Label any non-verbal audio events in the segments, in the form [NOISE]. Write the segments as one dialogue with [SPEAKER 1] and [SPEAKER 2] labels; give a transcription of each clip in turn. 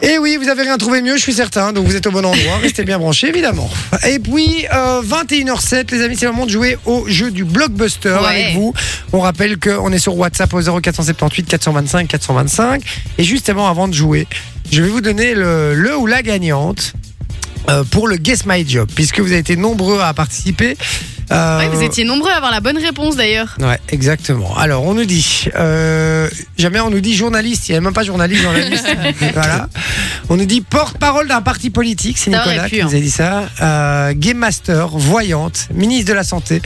[SPEAKER 1] Et oui, vous avez rien trouvé mieux, je suis certain. Donc vous êtes au bon
[SPEAKER 2] [LAUGHS]
[SPEAKER 1] endroit, restez bien branchés évidemment. Et puis euh, 21h07, les amis, c'est le moment de jouer au jeu du blockbuster
[SPEAKER 2] Ouais.
[SPEAKER 1] avec vous. On rappelle qu'on est sur WhatsApp au 0478 425 425. Et justement, avant de jouer, je vais vous donner le, le ou la gagnante euh, pour le Guess My Job, puisque vous avez été nombreux à participer. Euh,
[SPEAKER 2] Ouais, vous étiez nombreux à avoir la bonne réponse d'ailleurs.
[SPEAKER 1] Ouais, exactement. Alors, on nous dit, euh, jamais on nous dit journaliste, il n'y a même pas journaliste dans la liste.
[SPEAKER 2] [LAUGHS]
[SPEAKER 1] voilà. On nous dit porte-parole d'un parti politique, c'est
[SPEAKER 2] Ça aurait
[SPEAKER 1] Nicolas
[SPEAKER 2] pu,
[SPEAKER 1] qui
[SPEAKER 2] hein.
[SPEAKER 1] nous a dit ça. Euh, game Master, voyante, ministre de la Santé.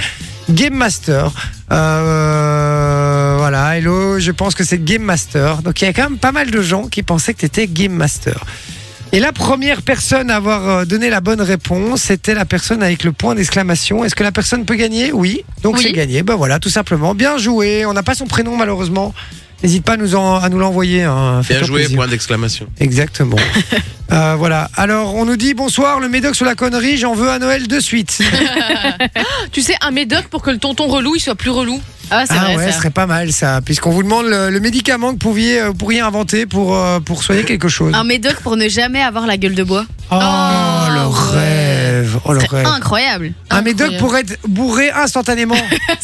[SPEAKER 1] Game Master. Euh, voilà, hello, je pense que c'est Game Master. Donc, il y a quand même pas mal de gens qui pensaient que tu étais Game Master. Et la première personne à avoir euh, donné la bonne réponse, c'était la personne avec le point d'exclamation. Est-ce que la personne peut gagner Oui. Donc
[SPEAKER 2] Oui.
[SPEAKER 1] c'est gagné. Ben voilà, tout simplement. Bien joué. On n'a pas son prénom malheureusement. N'hésite pas à nous, en- à nous l'envoyer. hein.
[SPEAKER 3] Bien
[SPEAKER 1] Fais-toi
[SPEAKER 3] joué,
[SPEAKER 1] plaisir.
[SPEAKER 3] point d'exclamation. [LAUGHS]
[SPEAKER 1] Exactement. Euh, voilà. Alors on nous dit bonsoir, le médoc sur la connerie, j'en veux à Noël de
[SPEAKER 2] [LAUGHS]
[SPEAKER 1] suite.
[SPEAKER 4] Ah, Tu sais, un médoc pour que le tonton relou, il soit plus relou.
[SPEAKER 2] Ah, c'est
[SPEAKER 1] ah
[SPEAKER 2] vrai
[SPEAKER 1] ouais, ce
[SPEAKER 2] ça.
[SPEAKER 1] serait pas mal ça. Puisqu'on vous demande le, le médicament que vous pouviez, euh, vous pourriez inventer pour, euh, pour soigner quelque chose.
[SPEAKER 2] Un médoc pour ne jamais avoir la gueule de bois.
[SPEAKER 1] Oh,
[SPEAKER 4] Ah,
[SPEAKER 1] le
[SPEAKER 4] ouais.
[SPEAKER 1] rêve. Oh le
[SPEAKER 2] C'est
[SPEAKER 1] rêve.
[SPEAKER 2] incroyable.
[SPEAKER 1] Un médoc
[SPEAKER 4] incroyable.
[SPEAKER 1] pour être bourré
[SPEAKER 4] [LAUGHS]
[SPEAKER 1] instantanément.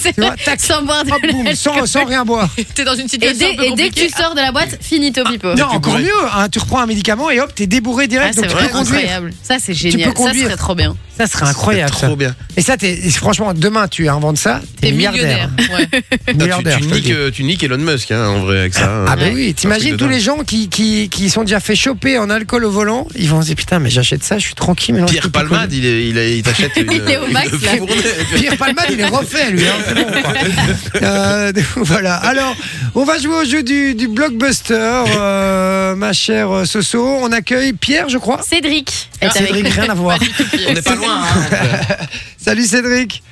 [SPEAKER 1] tu vois, tac.
[SPEAKER 2] Sans boire de
[SPEAKER 1] Hop, boum, sans, sans rien boire.
[SPEAKER 4] T'es dans une
[SPEAKER 2] Et
[SPEAKER 4] situation
[SPEAKER 2] dès,
[SPEAKER 4] un peu
[SPEAKER 2] et dès que tu
[SPEAKER 4] compliquée.
[SPEAKER 2] sors de la boîte, finito pipo.
[SPEAKER 1] Ah, Non,
[SPEAKER 3] tu
[SPEAKER 1] encore
[SPEAKER 3] bourré.
[SPEAKER 1] mieux. hein, tu reprends un médicament et hop, t'es débourré
[SPEAKER 4] Ah,
[SPEAKER 1] direct.
[SPEAKER 4] c'est
[SPEAKER 1] donc tu
[SPEAKER 4] vrai,
[SPEAKER 1] peux conduire.
[SPEAKER 4] incroyable. Ça, c'est génial. Ça
[SPEAKER 1] conduire.
[SPEAKER 4] serait trop bien.
[SPEAKER 1] Ça serait incroyable.
[SPEAKER 3] C'est
[SPEAKER 1] ça.
[SPEAKER 3] Trop bien.
[SPEAKER 1] Et ça, t'es- et franchement, demain, tu inventes ça, t'es
[SPEAKER 4] T'es
[SPEAKER 1] milliardaire.
[SPEAKER 4] millionnaire. [LAUGHS] Ouais.
[SPEAKER 3] Putain,
[SPEAKER 1] Milliardaire,
[SPEAKER 3] tu, tu
[SPEAKER 1] je te le
[SPEAKER 3] niques,
[SPEAKER 1] dis.
[SPEAKER 3] euh, tu niques Elon Musk hein, en vrai avec ça.
[SPEAKER 1] Ah
[SPEAKER 3] hein.
[SPEAKER 1] bah
[SPEAKER 4] Ouais.
[SPEAKER 1] oui,
[SPEAKER 3] C'est un
[SPEAKER 1] t'imagines
[SPEAKER 3] truc
[SPEAKER 1] tous
[SPEAKER 3] de
[SPEAKER 1] les gens qui, qui, qui sont déjà fait choper en alcool au volant, ils vont se dire putain mais j'achète ça, je suis tranquille maintenant. je
[SPEAKER 3] Pierre
[SPEAKER 1] peux plus
[SPEAKER 3] Palmade, il, est- il, est- il t'achète une,
[SPEAKER 2] Il est au
[SPEAKER 3] une
[SPEAKER 2] max, là.
[SPEAKER 3] fournaise.
[SPEAKER 1] conduire. Pierre Palmade, il est refait lui. hein, c'est bon, quoi. Euh, [LAUGHS] voilà. Alors, on va jouer au jeu du, du blockbuster, euh, ma chère euh, Soso. On accueille Pierre, je crois.
[SPEAKER 2] Cédric est avec
[SPEAKER 1] Cédric,
[SPEAKER 2] nous.
[SPEAKER 1] rien à voir.
[SPEAKER 3] On n'est pas loin. hein.
[SPEAKER 1] Salut Cédric.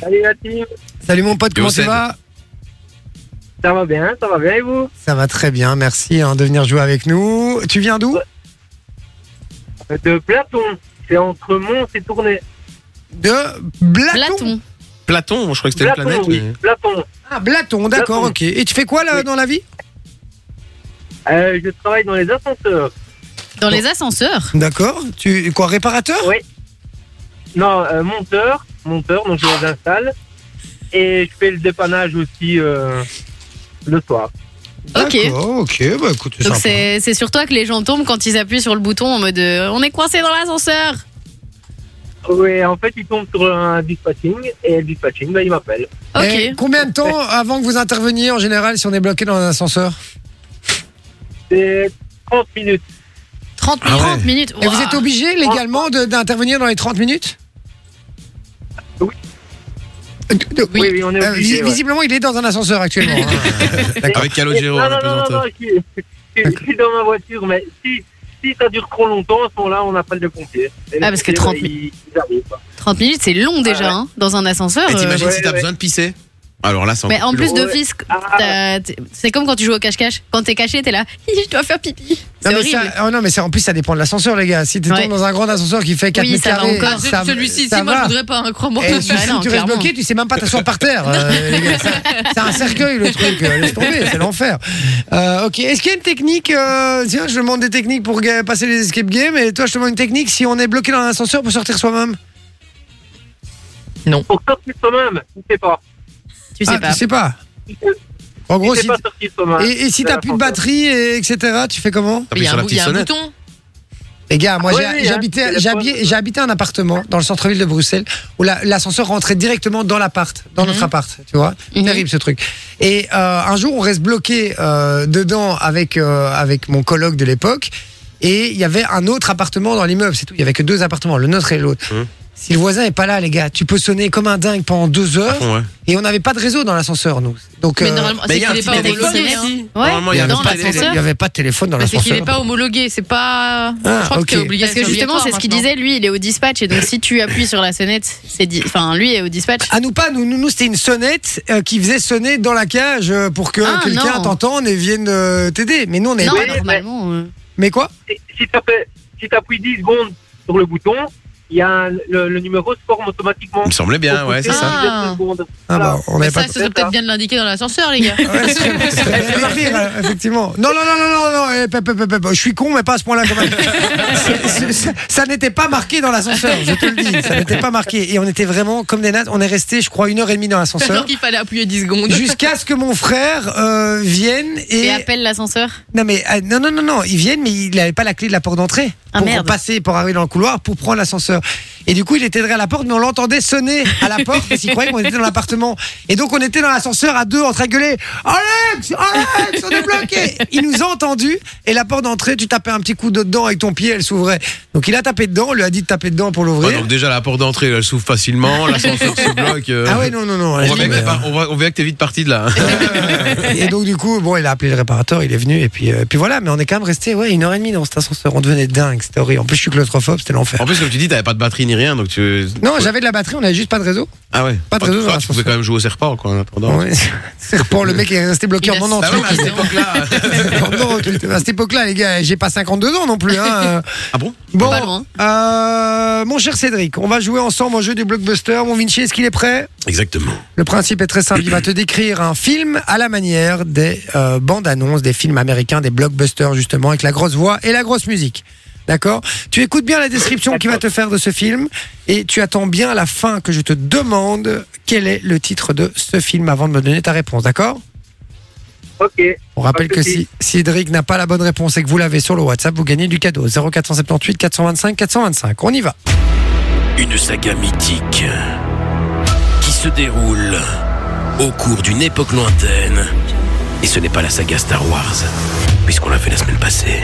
[SPEAKER 5] Salut la team,
[SPEAKER 1] Salut mon pote,
[SPEAKER 3] Yo,
[SPEAKER 1] comment tu
[SPEAKER 3] Céd.
[SPEAKER 1] vas
[SPEAKER 5] ça va bien, ça va bien et vous
[SPEAKER 1] Ça va très bien, merci hein, de venir jouer avec nous. Tu viens d'où
[SPEAKER 5] De Platon, c'est entre Mons et Tournai.
[SPEAKER 1] De Blaton.
[SPEAKER 2] Platon.
[SPEAKER 3] Platon, je crois que c'était une
[SPEAKER 5] Platon,
[SPEAKER 3] planète.
[SPEAKER 5] oui,
[SPEAKER 3] mais-
[SPEAKER 5] Platon.
[SPEAKER 1] Ah, Blaton, d'accord,
[SPEAKER 5] Blaton.
[SPEAKER 1] ok. Et tu fais quoi là
[SPEAKER 5] Oui.
[SPEAKER 1] dans la vie
[SPEAKER 5] Euh, je travaille dans les ascenseurs.
[SPEAKER 2] Dans les ascenseurs.
[SPEAKER 1] D'accord. Tu quoi, réparateur
[SPEAKER 5] Oui. Non, euh, monteur, monteur, donc je les installe. Et je fais le dépannage aussi euh, le soir.
[SPEAKER 2] Ok.
[SPEAKER 1] D'accord, Ok, bah écoute, c'est
[SPEAKER 2] Donc
[SPEAKER 1] sympa.
[SPEAKER 2] c'est c'est sur toi que les gens tombent quand ils appuient sur le bouton en mode euh, on est coincé dans l'ascenseur.
[SPEAKER 5] Oui, en fait, ils tombent sur un dispatching et le dispatching, ben, il m'appelle.
[SPEAKER 2] Ok.
[SPEAKER 1] Et combien de temps avant que vous interveniez en général si on est bloqué dans un ascenseur
[SPEAKER 5] C'est 30 minutes.
[SPEAKER 2] 30,
[SPEAKER 3] Ah ouais.
[SPEAKER 2] 30 minutes.
[SPEAKER 1] Et
[SPEAKER 2] Waouh.
[SPEAKER 1] Eh, vous êtes obligé légalement de- d'intervenir dans les 30 minutes
[SPEAKER 5] Oui.
[SPEAKER 1] Euh, de- de-
[SPEAKER 5] Oui, oui, on est
[SPEAKER 1] Euh, vis-
[SPEAKER 5] obligé. ouais.
[SPEAKER 1] visiblement, il est dans un ascenseur actuellement.
[SPEAKER 2] [LAUGHS]
[SPEAKER 1] hein. D'accord.
[SPEAKER 3] Avec Calogero,
[SPEAKER 5] non,
[SPEAKER 3] le
[SPEAKER 5] non, non, non,
[SPEAKER 3] présentateur.
[SPEAKER 5] non, je suis, je suis- je suis dans ma voiture, mais si, si ça dure trop longtemps, à ce moment-là, on appelle le pompier. Et le
[SPEAKER 2] Ah, parce que
[SPEAKER 5] pompier,
[SPEAKER 2] 30
[SPEAKER 5] ben, il- il arrive, quoi.
[SPEAKER 2] 30 minutes, c'est long
[SPEAKER 1] Ah
[SPEAKER 2] déjà
[SPEAKER 5] ouais.
[SPEAKER 2] hein, dans un ascenseur.
[SPEAKER 3] Et
[SPEAKER 2] euh,
[SPEAKER 3] t'imagines
[SPEAKER 5] Ouais,
[SPEAKER 3] si t'as
[SPEAKER 5] ouais.
[SPEAKER 3] besoin de pisser Alors là, c'est
[SPEAKER 2] Mais
[SPEAKER 3] encore
[SPEAKER 2] en
[SPEAKER 3] plus
[SPEAKER 2] plus
[SPEAKER 3] long.
[SPEAKER 5] long.
[SPEAKER 2] d'office,
[SPEAKER 5] Ah.
[SPEAKER 2] t'as- t'es- c'est comme quand tu joues au cache-cache. Quand t'es caché, t'es là, [LAUGHS] Hi, je dois faire pipi.
[SPEAKER 1] Non
[SPEAKER 2] C'est
[SPEAKER 1] mais,
[SPEAKER 2] horrible.
[SPEAKER 1] ça, oh non mais ça en plus ça dépend de l'ascenseur les gars. Si tu
[SPEAKER 2] Ouais.
[SPEAKER 1] tombes dans un grand ascenseur qui fait 4
[SPEAKER 2] Oui,
[SPEAKER 1] mètres
[SPEAKER 2] ça va
[SPEAKER 1] carrés,
[SPEAKER 2] encore.
[SPEAKER 1] ça-
[SPEAKER 4] Celui-ci,
[SPEAKER 1] ça
[SPEAKER 4] si moi, je
[SPEAKER 1] va.
[SPEAKER 4] voudrais pas, un crois-moi.
[SPEAKER 1] Et
[SPEAKER 2] Bah
[SPEAKER 1] si, si
[SPEAKER 2] non,
[SPEAKER 1] tu restes
[SPEAKER 2] clairement.
[SPEAKER 1] bloqué, tu sais même pas t'asseoir par
[SPEAKER 2] [LAUGHS]
[SPEAKER 1] terre. euh, les gars. C'est- c'est un cercueil le truc. euh, Laisse tomber, c'est l'enfer. Euh, ok. Est-ce qu'il y a une technique euh, Tiens, je demande des techniques pour ga- passer les escape games. Et toi, je te demande une technique si on est bloqué dans un ascenseur pour sortir soi-même.
[SPEAKER 5] Pour sortir soi-même, tu sais pas.
[SPEAKER 2] Tu sais
[SPEAKER 1] ah,
[SPEAKER 2] pas.
[SPEAKER 1] tu sais pas.
[SPEAKER 5] Tu
[SPEAKER 1] En gros,
[SPEAKER 5] sais
[SPEAKER 1] si
[SPEAKER 5] pas sortir soi-même.
[SPEAKER 1] et, et si
[SPEAKER 5] de
[SPEAKER 1] t'as
[SPEAKER 5] la
[SPEAKER 1] plus de
[SPEAKER 5] frontière.
[SPEAKER 1] batterie, et etc., tu fais comment
[SPEAKER 3] T'appuies
[SPEAKER 4] Il y a
[SPEAKER 3] sur
[SPEAKER 4] un
[SPEAKER 3] la
[SPEAKER 4] bou- il y
[SPEAKER 3] petite
[SPEAKER 4] a un
[SPEAKER 3] sonnette.
[SPEAKER 4] bouton.
[SPEAKER 1] Les gars, moi
[SPEAKER 5] Ah
[SPEAKER 1] j'ai-
[SPEAKER 5] oui, oui, hein,
[SPEAKER 1] j'habitais
[SPEAKER 5] c'est la
[SPEAKER 1] j'habi-
[SPEAKER 5] pointe.
[SPEAKER 1] j'habitais un appartement dans le centre-ville de Bruxelles où la- l'ascenseur rentrait directement dans l'appart, dans notre
[SPEAKER 4] Mhm.
[SPEAKER 1] appart, tu vois.
[SPEAKER 2] Mhm.
[SPEAKER 1] Terrible ce truc. Et euh, un jour, on reste bloqué euh, dedans avec euh, avec mon colloque de l'époque et il y avait un autre appartement dans l'immeuble, c'est tout. Il y avait que deux appartements, le nôtre et l'autre.
[SPEAKER 3] Mhm.
[SPEAKER 1] Si le voisin est pas là, les gars, tu peux sonner comme un dingue pendant deux
[SPEAKER 3] À
[SPEAKER 1] heures
[SPEAKER 3] fond, ouais.
[SPEAKER 1] et on n'avait pas de réseau dans l'ascenseur, nous. Donc
[SPEAKER 4] Mais
[SPEAKER 1] euh,
[SPEAKER 4] normalement,
[SPEAKER 3] Mais
[SPEAKER 4] Ah, c'est
[SPEAKER 3] il y a un
[SPEAKER 4] qu'il est
[SPEAKER 3] petit
[SPEAKER 4] pas
[SPEAKER 2] téléphone
[SPEAKER 4] homologué. hein.
[SPEAKER 2] aussi. Ouais,
[SPEAKER 3] Normalement, il y a un
[SPEAKER 2] dans
[SPEAKER 3] petit
[SPEAKER 1] il
[SPEAKER 3] téléphone.
[SPEAKER 2] l'ascenseur.
[SPEAKER 1] y avait pas de téléphone dans
[SPEAKER 4] Bah, C'est qu'il
[SPEAKER 1] l'ascenseur.
[SPEAKER 4] est pas homologué. C'est pas.
[SPEAKER 1] Ah,
[SPEAKER 4] Je crois
[SPEAKER 1] ok.
[SPEAKER 4] que t'es obligé.
[SPEAKER 2] Parce que
[SPEAKER 4] c'est
[SPEAKER 2] justement, c'est ce qu'il
[SPEAKER 4] obligatoire
[SPEAKER 2] disait. Lui, il est au dispatch. Et donc, si tu appuies sur la sonnette, c'est di- enfin, lui est au dispatch.
[SPEAKER 1] À Ah, nous pas, nous, nous, nous, c'était une sonnette euh, qui faisait sonner dans la cage euh, pour que
[SPEAKER 2] Ah,
[SPEAKER 1] quelqu'un
[SPEAKER 2] non.
[SPEAKER 1] t'entende et vienne euh, t'aider. Mais nous, on est.
[SPEAKER 2] Non,
[SPEAKER 5] oui,
[SPEAKER 2] [LAUGHS]
[SPEAKER 5] mais-
[SPEAKER 2] normalement. euh,
[SPEAKER 1] Mais quoi
[SPEAKER 5] Si- Si t'appuies si t'appuies 10 secondes sur le bouton, il y a un- le, le numéro se forme automatiquement.
[SPEAKER 3] Il me semblait bien, ouais, c'est ça.
[SPEAKER 4] Ah.
[SPEAKER 1] Ah bah, on
[SPEAKER 4] Mais
[SPEAKER 1] n'avait
[SPEAKER 4] ça,
[SPEAKER 1] pas.
[SPEAKER 4] ça serait peut-être bien de l'indiquer dans l'ascenseur, les [LAUGHS] gars.
[SPEAKER 1] Ouais, c'est vrai, c'est vrai, bien d'écrire, euh, effectivement. Non, non, non, non, non, non, eh, pep, pep, pep, pep, je suis con, mais pas à ce point-là quand
[SPEAKER 2] [LAUGHS]
[SPEAKER 1] même. C'est- c'est- ça- ça n'était pas marqué dans l'ascenseur, je te le dis. Ça n'était pas marqué. Et on était vraiment comme des nattes. On est resté, je crois, une heure et demie dans l'ascenseur.
[SPEAKER 2] [LAUGHS]
[SPEAKER 4] Alors qu'il fallait appuyer
[SPEAKER 1] [LAUGHS]
[SPEAKER 4] 10 secondes.
[SPEAKER 1] Jusqu'à ce que mon frère euh, vienne et.
[SPEAKER 2] Et appelle l'ascenseur.
[SPEAKER 1] Non, mais, euh, non, non, non, non, ils viennent, mais il n'avait pas la clé de la porte d'entrée
[SPEAKER 2] Ah,
[SPEAKER 1] pour
[SPEAKER 2] merde.
[SPEAKER 1] passer, pour arriver dans le couloir, pour prendre l'ascenseur. Et du coup, il était derrière la porte, mais on l'entendait sonner à la porte parce qu'il croyait qu'on était dans l'appartement. Et donc, on était dans l'ascenseur à deux en train de gueuler Alex, Alex, on est bloqué Il nous a entendus et la porte d'entrée, tu tapais un petit coup de dedans avec ton pied, elle s'ouvrait. Donc, il a tapé dedans, on lui a dit de taper dedans pour
[SPEAKER 3] Ouais,
[SPEAKER 1] l'ouvrir.
[SPEAKER 3] donc déjà, la porte d'entrée, elle s'ouvre facilement, l'ascenseur se bloque. euh,
[SPEAKER 1] ah ouais, non, non, non.
[SPEAKER 3] On
[SPEAKER 1] elle
[SPEAKER 3] voit, bien que
[SPEAKER 1] dit,
[SPEAKER 3] t'es pas- on voit- on voit que t'es vite parti de là.
[SPEAKER 1] euh, [LAUGHS] et donc, du coup, bon, il a appelé le réparateur, il est venu, et puis, euh, puis voilà, mais on est quand même resté ouais, une heure et demie dans cet ascenseur. On devenait dingue, c'était horrible. En plus, je suis claustrophobe, c'était l'enfer.
[SPEAKER 3] En plus, comme tu dis, t'avais pas de batterie ni rien, donc tu.
[SPEAKER 1] Non, j'avais de la batterie, on avait juste pas de réseau.
[SPEAKER 3] Ah ouais.
[SPEAKER 1] Pas de réseau,
[SPEAKER 3] Ah, Tu pouvais
[SPEAKER 1] l'ascenseur.
[SPEAKER 3] quand même jouer au serpent, quoi, en attendant.
[SPEAKER 1] Ouais. [LAUGHS] C'est pour le mec qui est resté bloqué
[SPEAKER 4] Il
[SPEAKER 1] en
[SPEAKER 4] a-
[SPEAKER 1] mon
[SPEAKER 3] Bah ouais,
[SPEAKER 1] entier.
[SPEAKER 3] mais à cette
[SPEAKER 1] [LAUGHS]
[SPEAKER 3] époque-là.
[SPEAKER 1] Pardon, à cette époque-là, les gars, j'ai pas 52 ans non plus. hein.
[SPEAKER 3] Ah bon
[SPEAKER 1] Bon,
[SPEAKER 2] Pas loin.
[SPEAKER 1] euh, mon cher Cédric, on va jouer ensemble au jeu du blockbuster. Mon Vinci, est-ce qu'il est prêt
[SPEAKER 3] Exactement.
[SPEAKER 1] Le principe est très simple. Il va te décrire un film à la manière des euh, bandes annonces, des films américains, des blockbusters justement, avec la grosse voix et la grosse musique. D'accord Tu écoutes bien la description qu'il va te faire de ce film et tu attends bien à la fin que je te demande quel est le titre de ce film avant de me donner ta réponse. D'accord
[SPEAKER 5] Ok.
[SPEAKER 1] on rappelle
[SPEAKER 5] Pas
[SPEAKER 1] que
[SPEAKER 5] de
[SPEAKER 1] si
[SPEAKER 5] souci.
[SPEAKER 1] Cédric n'a pas la bonne réponse et que vous l'avez sur le WhatsApp, vous gagnez du cadeau. 0478 425 425. On y va.
[SPEAKER 6] Une saga mythique qui se déroule au cours d'une époque lointaine. Et ce n'est pas la saga Star Wars, puisqu'on l'a fait la semaine passée.